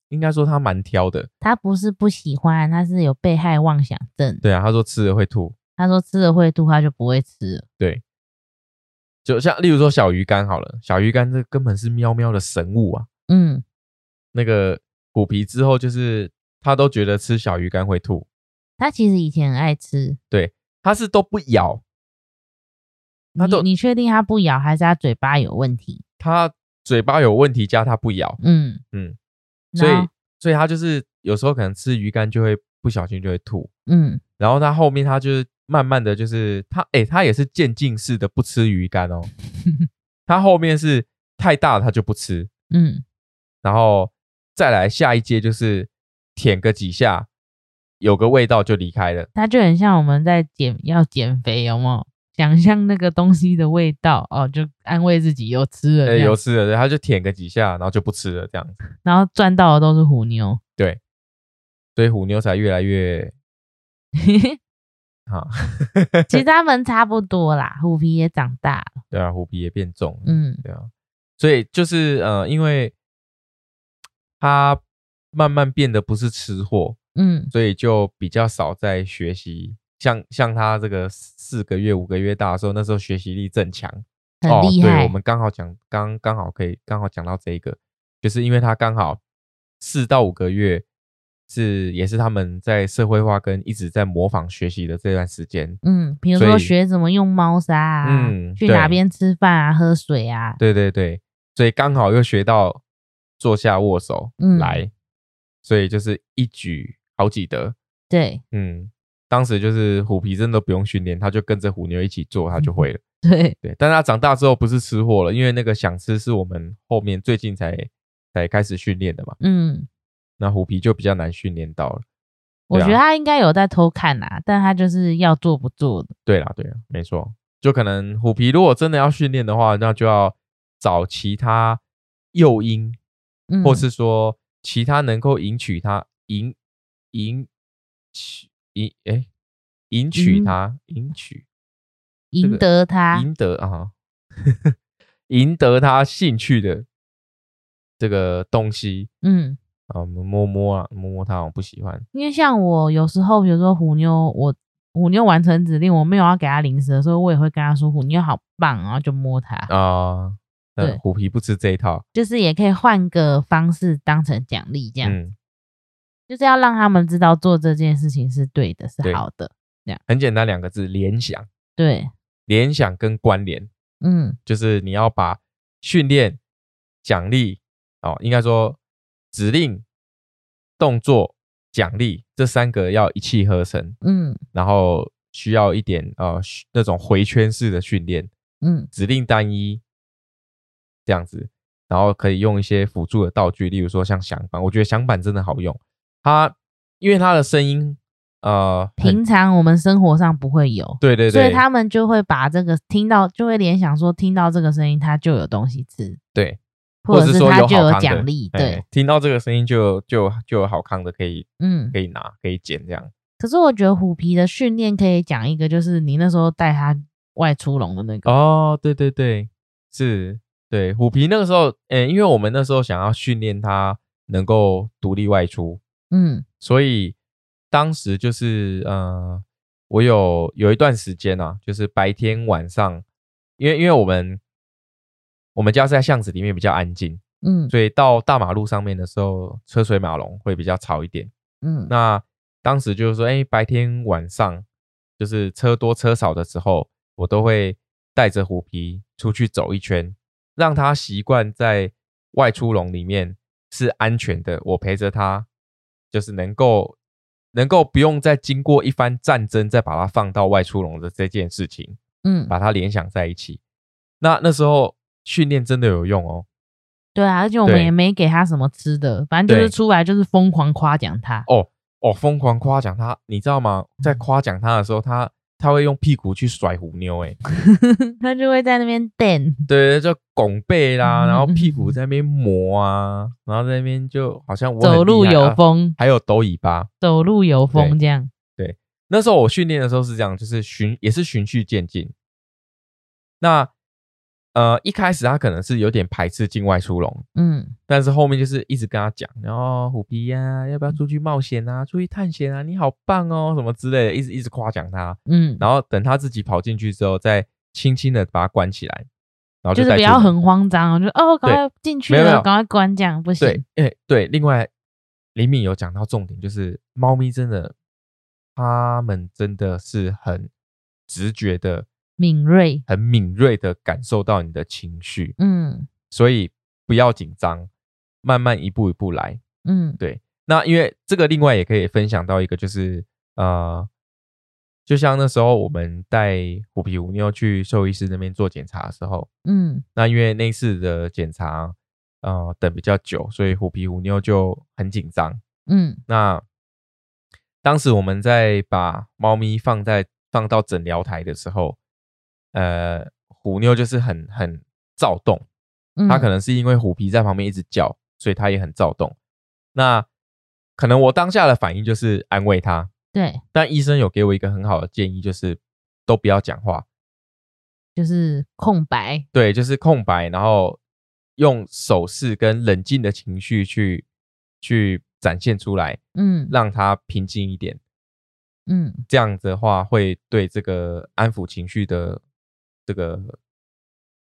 Speaker 1: 应该说它蛮挑的。
Speaker 2: 它不是不喜欢，它是有被害妄想症。
Speaker 1: 对啊，他说吃了会吐，
Speaker 2: 他说吃了会吐，它就不会吃了。
Speaker 1: 就像例如说小鱼干好了，小鱼干这根本是喵喵的神物啊。
Speaker 2: 嗯，
Speaker 1: 那个虎皮之后就是他都觉得吃小鱼干会吐，
Speaker 2: 它其实以前很爱吃。
Speaker 1: 他是都不咬，它
Speaker 2: 你
Speaker 1: 都
Speaker 2: 你确定它不咬，还是它嘴巴有问题？
Speaker 1: 他嘴巴有问题加他不咬，
Speaker 2: 嗯
Speaker 1: 嗯，所以
Speaker 2: 然后
Speaker 1: 所以他就是有时候可能吃鱼干就会不小心就会吐，
Speaker 2: 嗯，
Speaker 1: 然后他后面他就是慢慢的就是他哎、他也是渐进式的不吃鱼干 哦，他后面是太大了他就不吃，
Speaker 2: 嗯，
Speaker 1: 然后再来下一阶就是舔个几下，有个味道就离开了。
Speaker 2: 它就很像我们在减要减肥，有没有？想象那个东西的味道哦，就安慰自己有吃了
Speaker 1: 呃，
Speaker 2: 这样，
Speaker 1: 有吃了，对他就舔个几下，然后就不吃了，这样子，
Speaker 2: 然后赚到的都是虎妞。
Speaker 1: 所以虎妞才越来越好。
Speaker 2: 其实他们差不多啦，虎皮也长大了。
Speaker 1: 对啊，虎皮也变重了，
Speaker 2: 嗯，
Speaker 1: 对啊，所以就是呃，因为他慢慢变得不是吃货，
Speaker 2: 嗯，
Speaker 1: 所以就比较少在学习。像像他这个四个月、五个月大的时候，那时候学习力正强，
Speaker 2: 很厉
Speaker 1: 哦、对，
Speaker 2: 害。
Speaker 1: 我们刚好讲，刚刚好可以刚好讲到这一个，就是因为他刚好四到五个月是也是他们在社会化跟一直在模仿学习的这段时间。
Speaker 2: 嗯，比如
Speaker 1: 所
Speaker 2: 说
Speaker 1: 以
Speaker 2: 学怎么用猫砂啊，
Speaker 1: 嗯
Speaker 2: 去哪
Speaker 1: 对
Speaker 2: 边吃饭啊，喝水啊，
Speaker 1: 对对对，所以刚好又学到坐下握手
Speaker 2: 嗯
Speaker 1: 来，所以就是一举好几得。
Speaker 2: 对
Speaker 1: 嗯，当时就是虎皮真的不用训练，他就跟着虎妞一起做，
Speaker 2: 嗯
Speaker 1: 他就会了。
Speaker 2: 对，
Speaker 1: 对，但他长大之后不是吃货了，因为那个想吃是我们后面最近才才开始训练的嘛。
Speaker 2: 嗯，
Speaker 1: 那虎皮就比较难训练到了。
Speaker 2: 我
Speaker 1: 对
Speaker 2: 觉
Speaker 1: 啊
Speaker 2: 得他应该有在偷看啦、但他就是要做不做的，
Speaker 1: 对啦，对啦，啊没错，就可能虎皮如果真的要训练的话，那就要找其他诱因，
Speaker 2: 嗯，
Speaker 1: 或是说其他能够引取它引引取引哎引取
Speaker 2: 引
Speaker 1: 它引取这
Speaker 2: 赢
Speaker 1: 个
Speaker 2: 得他，
Speaker 1: 赢得啊，赢得他兴趣的这个东西
Speaker 2: 嗯，
Speaker 1: 啊，我们摸摸啊，摸摸他好像不喜欢，
Speaker 2: 因为像我有时候，比如说虎妞，我虎妞完成指令，我没有要给他零食的时候，我也会跟他说虎妞好棒，然后就摸它，
Speaker 1: 啊。
Speaker 2: 对
Speaker 1: 那虎皮不吃这一套，
Speaker 2: 就是也可以换个方式当成奖励，这样、
Speaker 1: 嗯，
Speaker 2: 就是要让他们知道做这件事情是对的，是
Speaker 1: 对
Speaker 2: 好的，
Speaker 1: 很简单两个字，联想，
Speaker 2: 对，
Speaker 1: 联想跟关联，
Speaker 2: 嗯。
Speaker 1: 就是你要把训练、奖励哦，应该说指令、动作、奖励这三个要一气呵成，
Speaker 2: 嗯
Speaker 1: 然后需要一点呃那种回圈式的训练。
Speaker 2: 嗯
Speaker 1: 指令单一这样子，然后可以用一些辅助的道具，例如说像响板，我觉得响板真的好用，它因为它的声音，呃，很
Speaker 2: 平常我们生活上不会有，
Speaker 1: 对对对，
Speaker 2: 所以他们就会把这个听到，就会联想说听到这个声音，他就有东西吃，
Speaker 1: 对，
Speaker 2: 或者
Speaker 1: 是
Speaker 2: 是
Speaker 1: 说
Speaker 2: 他
Speaker 1: 有
Speaker 2: 就
Speaker 1: 好康的
Speaker 2: 奖励，
Speaker 1: 哎
Speaker 2: 对，，
Speaker 1: 听到这个声音就就就有好康的可以
Speaker 2: 嗯。
Speaker 1: 可以拿可以捡这样，
Speaker 2: 可是我觉得虎皮的训练可以讲一个，就是你那时候带它外出笼的那个，
Speaker 1: 哦，对对对，是，对，虎皮那个时候，嗯，因为我们那时候想要训练它能够独立外出，
Speaker 2: 嗯
Speaker 1: 所以当时就是呃，我有有一段时间啊，就是白天晚上，因为因为我们我们家是在巷子里面比较安静，
Speaker 2: 嗯
Speaker 1: 所以到大马路上面的时候，车水马龙会比较吵一点。
Speaker 2: 嗯
Speaker 1: 那当时就是说，哎、白天晚上就是车多车少的时候，我都会带着虎皮出去走一圈，让它习惯在外出笼里面是安全的，我陪着它，就是能够能够不用再经过一番战争再把它放到外出笼的这件事情，
Speaker 2: 嗯，
Speaker 1: 把它联想在一起。那那时候训练真的有用哦。
Speaker 2: 对啊，而且我们
Speaker 1: 对
Speaker 2: 也没给它什么吃的，反正就是
Speaker 1: 对
Speaker 2: 出来就是疯狂夸奖 它，
Speaker 1: 哦哦，疯狂夸奖他，你知道吗？在
Speaker 2: 嗯
Speaker 1: 夸奖他的时候，他他会用屁股去甩虎妞、欸，哎，
Speaker 2: 它就会在那边瞪，
Speaker 1: 对，就拱背啦，
Speaker 2: 嗯
Speaker 1: 然后屁股在那边磨啊，然后在那边就好像我很
Speaker 2: 走
Speaker 1: 厉
Speaker 2: 路
Speaker 1: 害
Speaker 2: 有
Speaker 1: 啊，
Speaker 2: 风，
Speaker 1: 还有抖尾巴。
Speaker 2: 走路有
Speaker 1: 对
Speaker 2: 风这样，
Speaker 1: 那时候我训练的时候是这样，就是循也是循序渐进。那呃一开始他可能是有点排斥境外出笼，
Speaker 2: 嗯
Speaker 1: 但是后面就是一直跟他讲，然后虎皮呀、要不要出去冒险啊，出去探险啊，你好棒哦，什么之类的，一直一直夸奖他。
Speaker 2: 嗯，
Speaker 1: 然后等他自己跑进去之后，再轻轻的把它关起来，然后
Speaker 2: 就是
Speaker 1: 带
Speaker 2: 不
Speaker 1: 出
Speaker 2: 要
Speaker 1: 门
Speaker 2: 很慌张哦，就哦，赶
Speaker 1: 对
Speaker 2: 快进去
Speaker 1: 没有没
Speaker 2: 了
Speaker 1: 有，
Speaker 2: 赶快关这样不
Speaker 1: 对
Speaker 2: 行，，
Speaker 1: 哎、对。另外，李敏有讲到重点，就是猫咪真的，它们真的是很直觉的、
Speaker 2: 敏锐，
Speaker 1: 很敏锐的感受到你的情绪，
Speaker 2: 嗯
Speaker 1: 所以不要紧张，慢慢一步一步来。
Speaker 2: 嗯
Speaker 1: 那因为这个，另外也可以分享到一个，就是呃，就像那时候我们带虎皮虎妞去兽医师那边做检查的时候，
Speaker 2: 嗯
Speaker 1: 那因为那次的检查，呃，等比较久，所以虎皮虎妞就很紧张。
Speaker 2: 嗯
Speaker 1: 那当时我们在把猫咪放在放到诊疗台的时候，呃，虎妞就是很很躁动，
Speaker 2: 嗯，
Speaker 1: 它可能是因为虎皮在旁边一直叫，所以它也很躁动。那可能我当下的反应就是安慰它，
Speaker 2: 对，
Speaker 1: 但医生有给我一个很好的建议，就是都不要讲话，
Speaker 2: 就是空白，
Speaker 1: 对，就是空白，然后用手势跟冷静的情绪去去展现出来，
Speaker 2: 嗯
Speaker 1: 让它平静一点。
Speaker 2: 嗯
Speaker 1: 这样子的话，会对这个安抚情绪的这个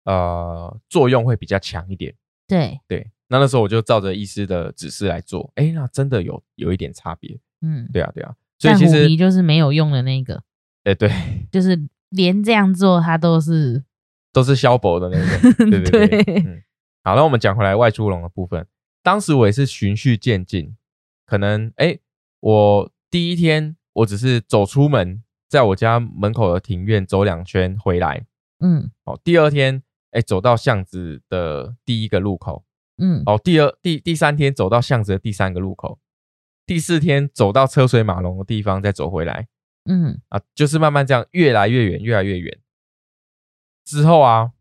Speaker 1: 呃作用会比较强一点。
Speaker 2: 对，
Speaker 1: 对，那那时候我就照着医师的指示来做，哎，那真的有有一点差别。
Speaker 2: 嗯，
Speaker 1: 对啊，对啊，所以
Speaker 2: 但
Speaker 1: 其
Speaker 2: 虎
Speaker 1: 实
Speaker 2: 皮，就是没有用的那个，
Speaker 1: 哎，对，
Speaker 2: 就是连这样做它都是
Speaker 1: 都是消薄的那种。对对对，
Speaker 2: 对
Speaker 1: 嗯。好，那我们讲回来外出笼的部分，当时我也是循序渐进，可能哎，诶我第一天我只是走出门，在我家门口的庭院走两圈回来，
Speaker 2: 嗯
Speaker 1: 哦，第二天哎走到巷子的第一个路口，
Speaker 2: 嗯
Speaker 1: 哦，第二第第三天走到巷子的第三个路口，第四天走到车水马龙的地方再走回来，
Speaker 2: 嗯
Speaker 1: 啊，就是慢慢这样越来越远，越来越远。之后啊，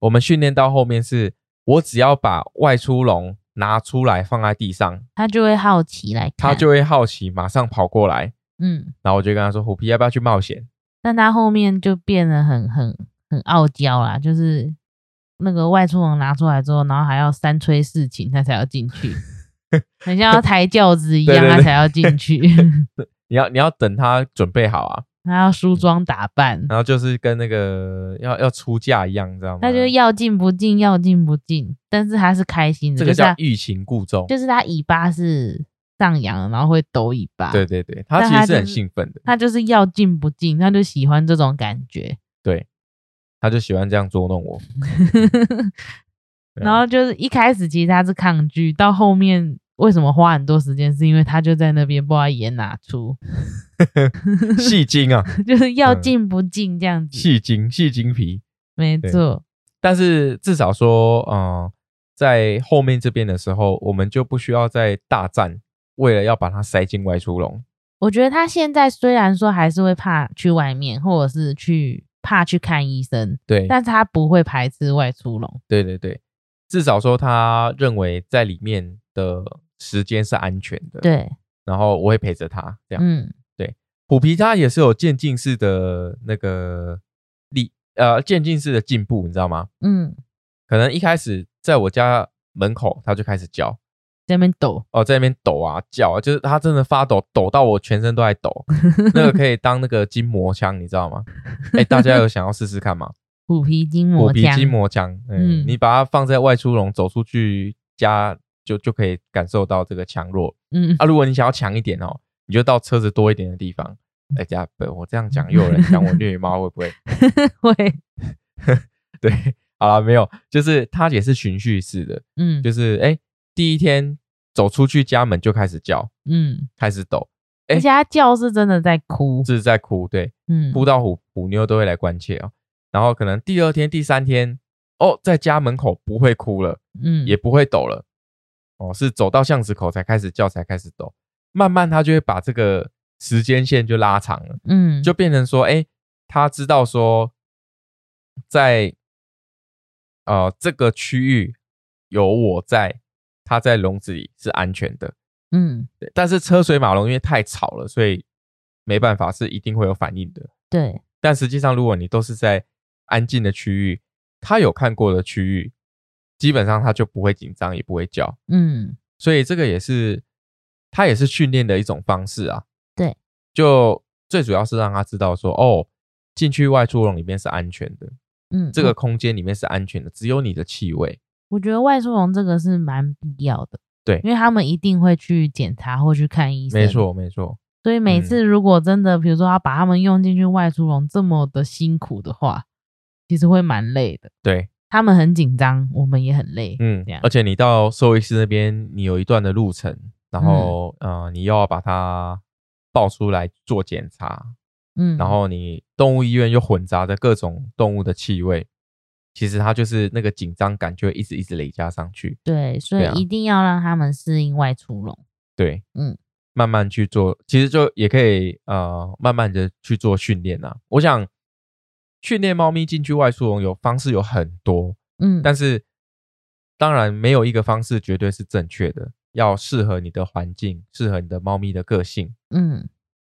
Speaker 1: 我们训练到后面是，我只要把外出笼拿出来放在地上，
Speaker 2: 它就会好奇来
Speaker 1: 它
Speaker 2: 看，
Speaker 1: 就会好奇，马上跑过来。
Speaker 2: 嗯，
Speaker 1: 然后我就跟他说：“虎皮要不要去冒险
Speaker 2: 但它后面就变得很很很傲娇啦，就是那个外出笼拿出来之后，然后还要三催四请，它才要进 去。很像要抬轿子一
Speaker 1: 对
Speaker 2: 样，
Speaker 1: 对
Speaker 2: 它
Speaker 1: 对
Speaker 2: 才要进 去，？”
Speaker 1: 你要你要等他准备好啊，
Speaker 2: 它要梳妆打扮，
Speaker 1: 然后就是跟那个要要出嫁一样，你知道吗？
Speaker 2: 它就是要进不进，要进不进，但是它是开心的，
Speaker 1: 这
Speaker 2: 就
Speaker 1: 个
Speaker 2: 是它
Speaker 1: 叫欲擒故纵。
Speaker 2: 就是它尾巴是上扬的，然后会抖尾巴。
Speaker 1: 对，对对，他
Speaker 2: 但
Speaker 1: 其
Speaker 2: 他
Speaker 1: 实是很
Speaker 2: 就是
Speaker 1: 兴奋的，
Speaker 2: 它就是要进不进，它就喜欢这种感觉。
Speaker 1: 他就喜欢这样捉弄 我。对啊
Speaker 2: 然后就是一开始其实它是抗拒，到后面为什么花很多时间，是因为它就在那边不知道演哪出，
Speaker 1: 戏精啊，
Speaker 2: 就是要
Speaker 1: 嗯
Speaker 2: 进不进这样子。
Speaker 1: 戏精，戏精皮。
Speaker 2: 没
Speaker 1: 嗯对
Speaker 2: 错，
Speaker 1: 但是至少呃说，嗯、在后面这边的时候，我们就不需要再大战为了要把它塞进外出笼，
Speaker 2: 我觉得他现在虽然说还是会怕去外面，或者是去怕去看医生，
Speaker 1: 对，
Speaker 2: 但是他不会排斥外出笼。
Speaker 1: 对对对，至少说他认为在里面的时间是安全的，，
Speaker 2: 对，
Speaker 1: 然后我会陪着他这样。
Speaker 2: 嗯，
Speaker 1: 虎皮它也是有渐进式的那个力，呃，渐进式的进步，你知道吗？
Speaker 2: 嗯，
Speaker 1: 可能一开始在我家门口，它就开始叫，
Speaker 2: 在那边抖，
Speaker 1: 哦，在那边抖啊叫啊，就是它真的发抖，抖到我全身都在 抖，那个可以当那个筋膜枪，你知道吗？哎、大家有想要试试看 吗？
Speaker 2: 虎皮筋
Speaker 1: 虎
Speaker 2: 膜
Speaker 1: 皮
Speaker 2: 枪，
Speaker 1: 筋膜枪，嗯，
Speaker 2: 嗯
Speaker 1: 你把它放在外出笼，走出去家就就可以感受到这个强弱
Speaker 2: 嗯，
Speaker 1: 啊。如果你想要强一点哦，你就到车子多一点的地方。哎、家不，我这样讲又有人讲我虐猫会不会？
Speaker 2: 会，
Speaker 1: 对，好了，没有，就是它也是循序式的，
Speaker 2: 嗯，
Speaker 1: 就是哎、第一天走出去家门就开始叫，
Speaker 2: 嗯，
Speaker 1: 开始抖，哎
Speaker 2: 而且他叫是真的在哭，
Speaker 1: 是在哭，对，
Speaker 2: 嗯，
Speaker 1: 哭到虎虎妞都会来关切哦。然后可能第二天、第三天，哦，在家门口不会哭了，
Speaker 2: 嗯，
Speaker 1: 也不会抖了，哦，是走到巷子口才开始叫，才开始抖。慢慢它就会把这个时间线就拉长了，
Speaker 2: 嗯，
Speaker 1: 就变成说，哎、他知道说，在呃这个区域有我在，他在笼子里是安全的。
Speaker 2: 嗯，
Speaker 1: 对但是车水马龙因为太吵了，所以没办法，是一定会有反应的。
Speaker 2: 对，
Speaker 1: 但实际上，如果你都是在安静的区域，他有看过的区域，基本上他就不会紧张，也不会叫。
Speaker 2: 嗯，
Speaker 1: 所以这个也是他也是训练的一种方式啊。
Speaker 2: 对，
Speaker 1: 就最主要是让他知道说，哦，进去外出笼里面是安全的，
Speaker 2: 嗯，
Speaker 1: 这个
Speaker 2: 我
Speaker 1: 空间里面是安全的，只有你的气味。
Speaker 2: 我觉得外出笼这个是蛮必要的，
Speaker 1: 对
Speaker 2: 因为他们一定会去检查或去看医生，
Speaker 1: 没，错，没错，
Speaker 2: 所以每
Speaker 1: 嗯
Speaker 2: 次如果真的，比如说要把他们用进去外出笼这么的辛苦的话，其实会蛮累的。
Speaker 1: 对，
Speaker 2: 他们很紧张，我们也很累。
Speaker 1: 嗯
Speaker 2: 这样，
Speaker 1: 而且你到兽医师那边，你有一段的路程，
Speaker 2: 嗯
Speaker 1: 然后、呃，你又要把它抱出来做检查，
Speaker 2: 嗯，
Speaker 1: 然后你动物医院又混杂着各种动物的气味，其实它就是那个紧张感就会一直一直累加上去。
Speaker 2: 对，所
Speaker 1: 对啊
Speaker 2: 以一定要让他们适应外出笼。
Speaker 1: 对，
Speaker 2: 嗯，
Speaker 1: 慢慢去做，其实就也可以呃，慢慢的去做训练啊。我想训练猫咪进去外出笼有方式有很多，
Speaker 2: 嗯，
Speaker 1: 但是当然没有一个方式绝对是正确的，要适合你的环境，适合你的猫咪的个性，
Speaker 2: 嗯，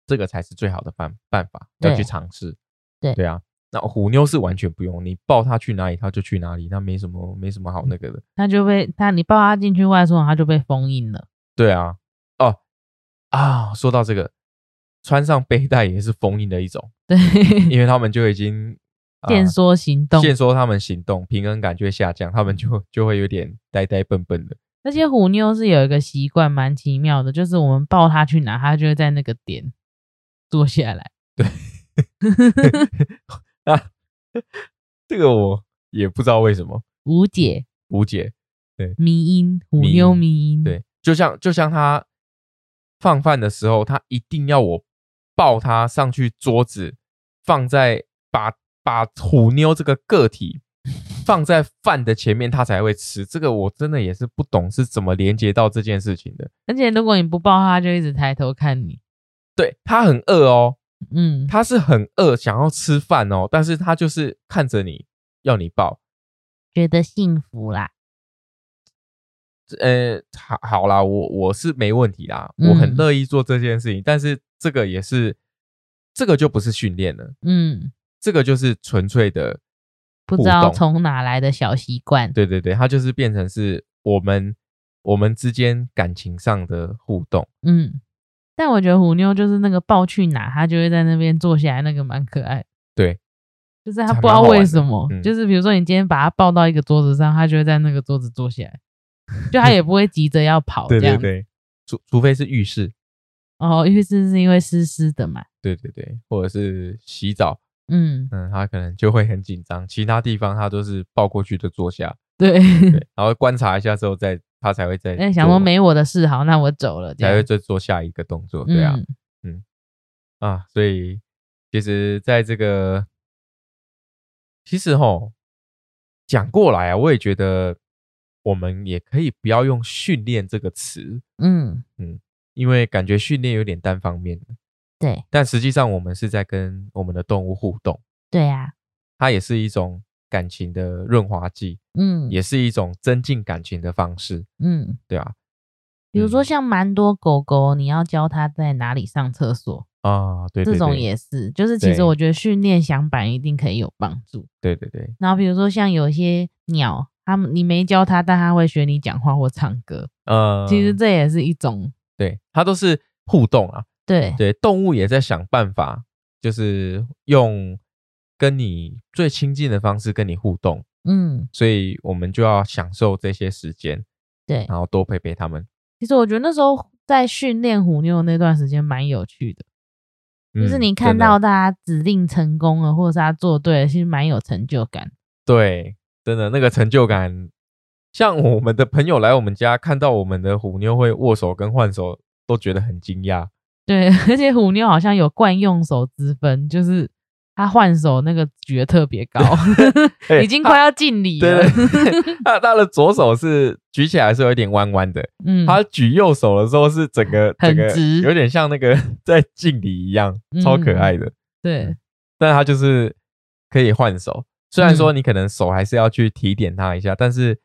Speaker 1: 这个才是最好的办办法，要去
Speaker 2: 对
Speaker 1: 尝试。
Speaker 2: 对
Speaker 1: 对啊，那虎妞是完全不用，你抱它去哪里，它就去哪里，那没什么没什么好
Speaker 2: 嗯
Speaker 1: 那个的。
Speaker 2: 他就被他你抱他进去外出笼，他就被封印了。
Speaker 1: 对啊，哦啊，说到这个，穿上背带也是封印的一种，
Speaker 2: 对，
Speaker 1: 因为他们就已经、嗯呃
Speaker 2: 限缩行动。
Speaker 1: 限缩他们行动，平衡感就会下降，他们就就会有点呆呆笨笨的。
Speaker 2: 而且虎妞是有一个习惯蛮奇妙的，就是我们抱它去哪，它就会在那个点坐下来。
Speaker 1: 啊， 这个我也不知道为什么
Speaker 2: 无解
Speaker 1: 无解。
Speaker 2: 迷因，虎
Speaker 1: 迷
Speaker 2: 妞
Speaker 1: 因
Speaker 2: 迷因。
Speaker 1: 对，就像就像他放饭的时候，他一定要我抱他上去桌子，放在把把虎妞这个个体放在饭的前面，他才会吃。这个我真的也是不懂是怎么连接到这件事情的。
Speaker 2: 而且如果你不抱它，它就一直抬头看你。
Speaker 1: 对他很饿哦，
Speaker 2: 嗯，
Speaker 1: 他是很饿，想要吃饭哦，但是他就是看着你要你抱。
Speaker 2: 觉得幸福啦。
Speaker 1: 呃，好，好啦，我我是没问题啦，我很
Speaker 2: 嗯
Speaker 1: 乐意做这件事情，但是这个也是，这个就不是训练了，
Speaker 2: 嗯，
Speaker 1: 这个就是纯粹的
Speaker 2: 不
Speaker 1: 互
Speaker 2: 知道
Speaker 1: 动
Speaker 2: 从哪来的小习惯。
Speaker 1: 对对对，它就是变成是我们我们之间感情上的互动，
Speaker 2: 嗯，但我觉得虎妞就是那个抱去哪，它就会在那边坐下来，那个蛮可爱的。
Speaker 1: 对，
Speaker 2: 就是
Speaker 1: 还
Speaker 2: 它不知
Speaker 1: 蛮
Speaker 2: 道
Speaker 1: 好玩
Speaker 2: 为
Speaker 1: 的
Speaker 2: 什么，
Speaker 1: 嗯
Speaker 2: 就是比如说你今天把它抱到一个桌子上，它就会在那个桌子坐下来，就它也不会急着要跑哦这样。
Speaker 1: 对，除除非是浴室，
Speaker 2: 哦，浴室是因为湿湿的嘛。
Speaker 1: 对对对，或者是洗澡，
Speaker 2: 嗯，
Speaker 1: 嗯，它可能就会很紧张，其他地方它都是抱过去就坐下，
Speaker 2: 对。
Speaker 1: 对，然后观察一下之后再它才会再
Speaker 2: 那想说
Speaker 1: 做
Speaker 2: 没我的事，好，那我走了。这
Speaker 1: 才
Speaker 2: 样
Speaker 1: 会再做下一个动作，对啊。
Speaker 2: 嗯
Speaker 1: 啊，所以其实在这个，其实吼讲过来啊，我也觉得我们也可以不要用训练这个词，
Speaker 2: 嗯，
Speaker 1: 因为感觉训练有点单方面的，
Speaker 2: 对
Speaker 1: 但实际上我们是在跟我们的动物互动，
Speaker 2: 对啊，
Speaker 1: 它也是一种感情的润滑剂，
Speaker 2: 嗯
Speaker 1: 也是一种增进感情的方式，
Speaker 2: 嗯，
Speaker 1: 对啊，
Speaker 2: 比如说
Speaker 1: 嗯
Speaker 2: 像蛮多狗狗，你要教它在哪里上厕所，
Speaker 1: 啊，对对对，
Speaker 2: 这种也是，就是其实
Speaker 1: 对
Speaker 2: 我觉得训练响板一定可以有帮助。
Speaker 1: 对对对，
Speaker 2: 然后比如说像有一些鸟，它们你没教它，但它会学你讲话或唱歌，
Speaker 1: 呃，
Speaker 2: 其实这也是一种
Speaker 1: 对它都是互动啊，
Speaker 2: 对
Speaker 1: 对，动物也在想办法，就是用跟你最亲近的方式跟你互动，
Speaker 2: 嗯
Speaker 1: 所以我们就要享受这些时间，
Speaker 2: 对。
Speaker 1: 然后多陪陪它们。
Speaker 2: 其实我觉得那时候在训练虎妞的那段时间蛮有趣的，就是
Speaker 1: 嗯
Speaker 2: 你看
Speaker 1: 真的
Speaker 2: 到大家指令成功了，或者是他做对了，其实蛮有成就感。
Speaker 1: 对，真的那个成就感，像我们的朋友来我们家看到我们的虎妞会握手跟换手，都觉得很惊讶。
Speaker 2: 对， 而且虎妞好像有惯用手之分，就是他换手那个举得特别 高，
Speaker 1: 哎
Speaker 2: 已经快要敬 礼
Speaker 1: 对
Speaker 2: 了。
Speaker 1: 对 对，他他的左手是举起来是有一点弯弯的，
Speaker 2: 嗯，
Speaker 1: 他举右手的时候是整个整
Speaker 2: 很
Speaker 1: 个
Speaker 2: 直嗯
Speaker 1: 有点像那个 在敬礼一样，超可爱的。
Speaker 2: 对
Speaker 1: 但他就是可以换手，虽然
Speaker 2: 嗯
Speaker 1: 说你可能手还是要去提点他一下，但是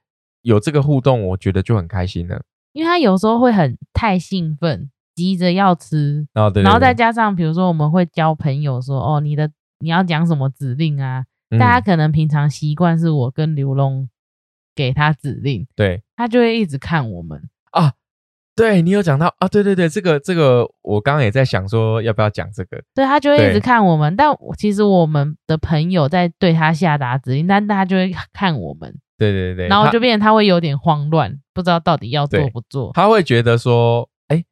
Speaker 1: 有这个互动，我觉得就很开心了。
Speaker 2: 因为他有时候会很太兴奋，急着要吃，
Speaker 1: 然后对，对
Speaker 2: 然后再
Speaker 1: 对
Speaker 2: 加上比如说我们会教朋友说，哦，你的你要讲什么指令啊？
Speaker 1: 嗯
Speaker 2: 大家可能平常习惯是我跟刘龙给他指令，
Speaker 1: 对
Speaker 2: 他就会一直看我们。
Speaker 1: 啊，对你有讲到啊，对对对，这个这个，我刚刚也在想说要不要讲这个，
Speaker 2: 对他就会一
Speaker 1: 对
Speaker 2: 直看我们，但我其实我们的朋友在对他下达指令，但他就会看我们，
Speaker 1: 对对对，
Speaker 2: 然后
Speaker 1: 他
Speaker 2: 就变成他会有点慌乱，不知道到底要做
Speaker 1: 对
Speaker 2: 不做。
Speaker 1: 他会觉得说，哎，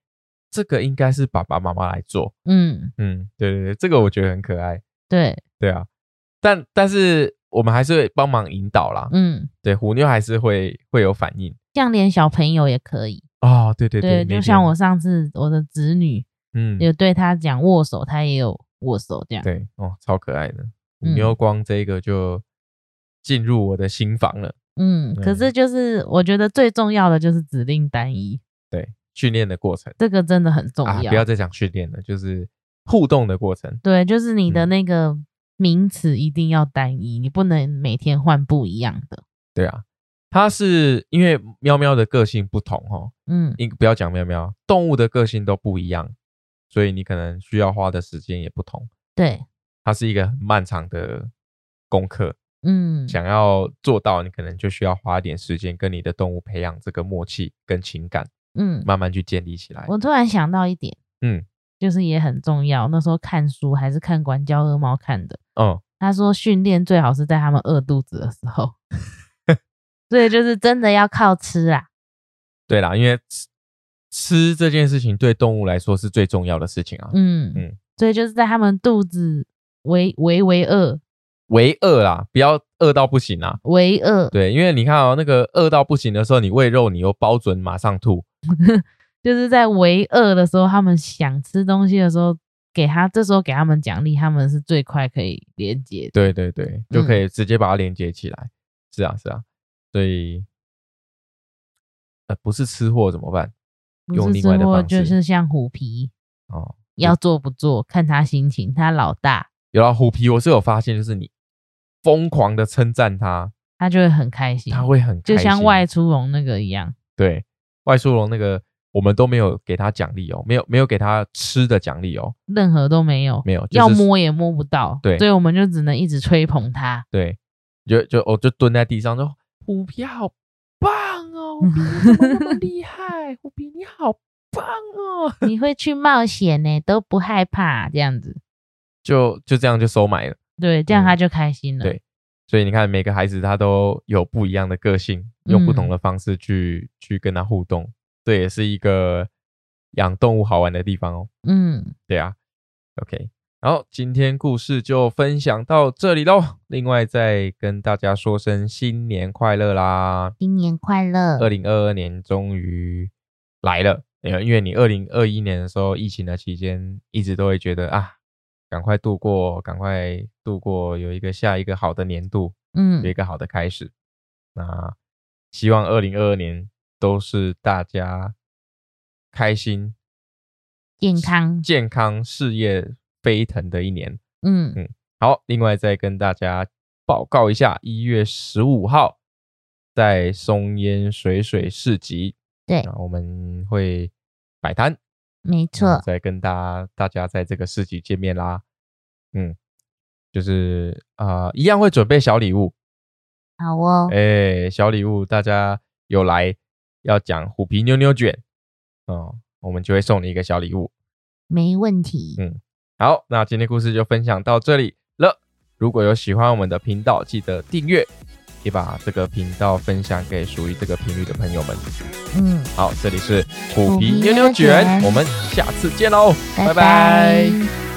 Speaker 1: 这个应该是爸爸妈妈来做，
Speaker 2: 嗯，
Speaker 1: 嗯，对对对，这个我觉得很可爱，
Speaker 2: 对，
Speaker 1: 对啊，但但是我们还是会帮忙引导啦，
Speaker 2: 嗯，
Speaker 1: 对，虎妞还是会会有反应
Speaker 2: 像连小朋友也可以，
Speaker 1: 哦，对对
Speaker 2: 对，
Speaker 1: 没
Speaker 2: 就像
Speaker 1: 错
Speaker 2: 我上次我的侄女
Speaker 1: 嗯
Speaker 2: 有对他讲握手，他也有握手这样。
Speaker 1: 对哦，超可爱的虎
Speaker 2: 嗯
Speaker 1: 妞光这个就进入我的心房了，
Speaker 2: 嗯，可是就是我觉得最重要的就是指令单一，
Speaker 1: 对，训练的过程。
Speaker 2: 这个真的很重
Speaker 1: 啊，
Speaker 2: 要。
Speaker 1: 不要再讲训练了，就是互动的过程。
Speaker 2: 对，就是你的
Speaker 1: 嗯
Speaker 2: 那个名词一定要单一，你不能每天换不一样的。
Speaker 1: 对啊，它是因为喵喵的个性不同哦，
Speaker 2: 嗯，
Speaker 1: 你不要讲喵喵，动物的个性都不一样，所以你可能需要花的时间也不同。
Speaker 2: 对，
Speaker 1: 它是一个很漫长的功课，
Speaker 2: 嗯，
Speaker 1: 想要做到，你可能就需要花一点时间跟你的动物培养这个默契跟情感，
Speaker 2: 嗯，
Speaker 1: 慢慢去建立起来。
Speaker 2: 我突然想到一点，
Speaker 1: 嗯，
Speaker 2: 就是也很重要。那时候看书还是看《管教恶猫》看的，
Speaker 1: 嗯，
Speaker 2: 他说训练最好是在他们饿肚子的时候， 所以就是真的要靠吃啊啦。
Speaker 1: 对啦，因为吃吃这件事情对动物来说是最重要的事情啊。
Speaker 2: 嗯
Speaker 1: 嗯
Speaker 2: 所以就是在他们肚子为为为饿
Speaker 1: 为饿啦，不要饿到不行啊。
Speaker 2: 为饿，
Speaker 1: 对，因为你看哦，那个饿到不行的时候，你喂肉，你又包准马上吐。
Speaker 2: 就是在为饿的时候，他们想吃东西的时候，给他这时候给他们奖励，他们是最快可以连接的。
Speaker 1: 对对对，就
Speaker 2: 嗯
Speaker 1: 可以直接把它连接起来。是啊，是啊，所以呃，不是吃货怎么办？用
Speaker 2: 不是
Speaker 1: 另外
Speaker 2: 吃
Speaker 1: 的
Speaker 2: 货
Speaker 1: 方式
Speaker 2: 就是像虎皮，
Speaker 1: 哦，
Speaker 2: 要做不做看他心情，他老大
Speaker 1: 有了虎皮，我是有发现，就是你疯狂的称赞它，
Speaker 2: 他就会很开心，
Speaker 1: 它会很开
Speaker 2: 嗯就
Speaker 1: 心。
Speaker 2: 像外出笼那个一样。
Speaker 1: 对外树龙那个，我们都没有给它奖励哦，没有没有给它吃的奖励哦，
Speaker 2: 任何都没有，
Speaker 1: 没有，就是、
Speaker 2: 要摸也摸不到，
Speaker 1: 对
Speaker 2: 所以我们就只能一直吹捧他。
Speaker 1: 对，就就哦我就蹲在地上说：“虎皮好棒哦，虎皮你怎么那么厉害？虎皮你好棒哦
Speaker 2: 你会去冒险呢，都不害怕这样子，！”
Speaker 1: 就就这样就收买了。
Speaker 2: 对，这
Speaker 1: 嗯
Speaker 2: 样他就开心了。
Speaker 1: 对所以你看，每个孩子他都有不一样的个性，用不同
Speaker 2: 嗯
Speaker 1: 的方式去、去跟他互动，这也是一个养动物好玩的地方哦。
Speaker 2: 嗯，
Speaker 1: 对啊，OK。然后今天故事就分享到这里喽。另外再跟大家说声新年快乐啦！
Speaker 2: 新年快乐
Speaker 1: 二零二二年终于来了，呃因为你二零二一年的时候，疫情的期间一直都会觉得啊，赶快度过，赶快度过，有一个下一个好的年度，有一
Speaker 2: 嗯，
Speaker 1: 个好的开始。那希望二零二二年都是大家开心、
Speaker 2: 健康，
Speaker 1: 健康、事业飞腾的一年。
Speaker 2: 嗯，
Speaker 1: 好，另外再跟大家报告一下，一月十五号在松烟水水市集，
Speaker 2: 对
Speaker 1: 啊，我们会摆摊，
Speaker 2: 没
Speaker 1: 嗯
Speaker 2: 错，
Speaker 1: 再跟大家大家在这个市集见面啦。嗯，就是啊、呃一样会准备小礼物，
Speaker 2: 好哦，
Speaker 1: 哎、小礼物大家有来要讲虎皮妞妞卷，哦、我们就会送你一个小礼物。
Speaker 2: 没问题。
Speaker 1: 嗯好，那今天故事就分享到这里了。如果有喜欢我们的频道，记得订阅，也把这个频道分享给属于这个频率的朋友们。
Speaker 2: 嗯，
Speaker 1: 好，这里是虎
Speaker 2: 虎
Speaker 1: 皮
Speaker 2: 皮
Speaker 1: 妞
Speaker 2: 妞
Speaker 1: 妞
Speaker 2: 妞
Speaker 1: 卷，
Speaker 2: 卷
Speaker 1: 我们下次见喽，拜
Speaker 2: 拜
Speaker 1: 拜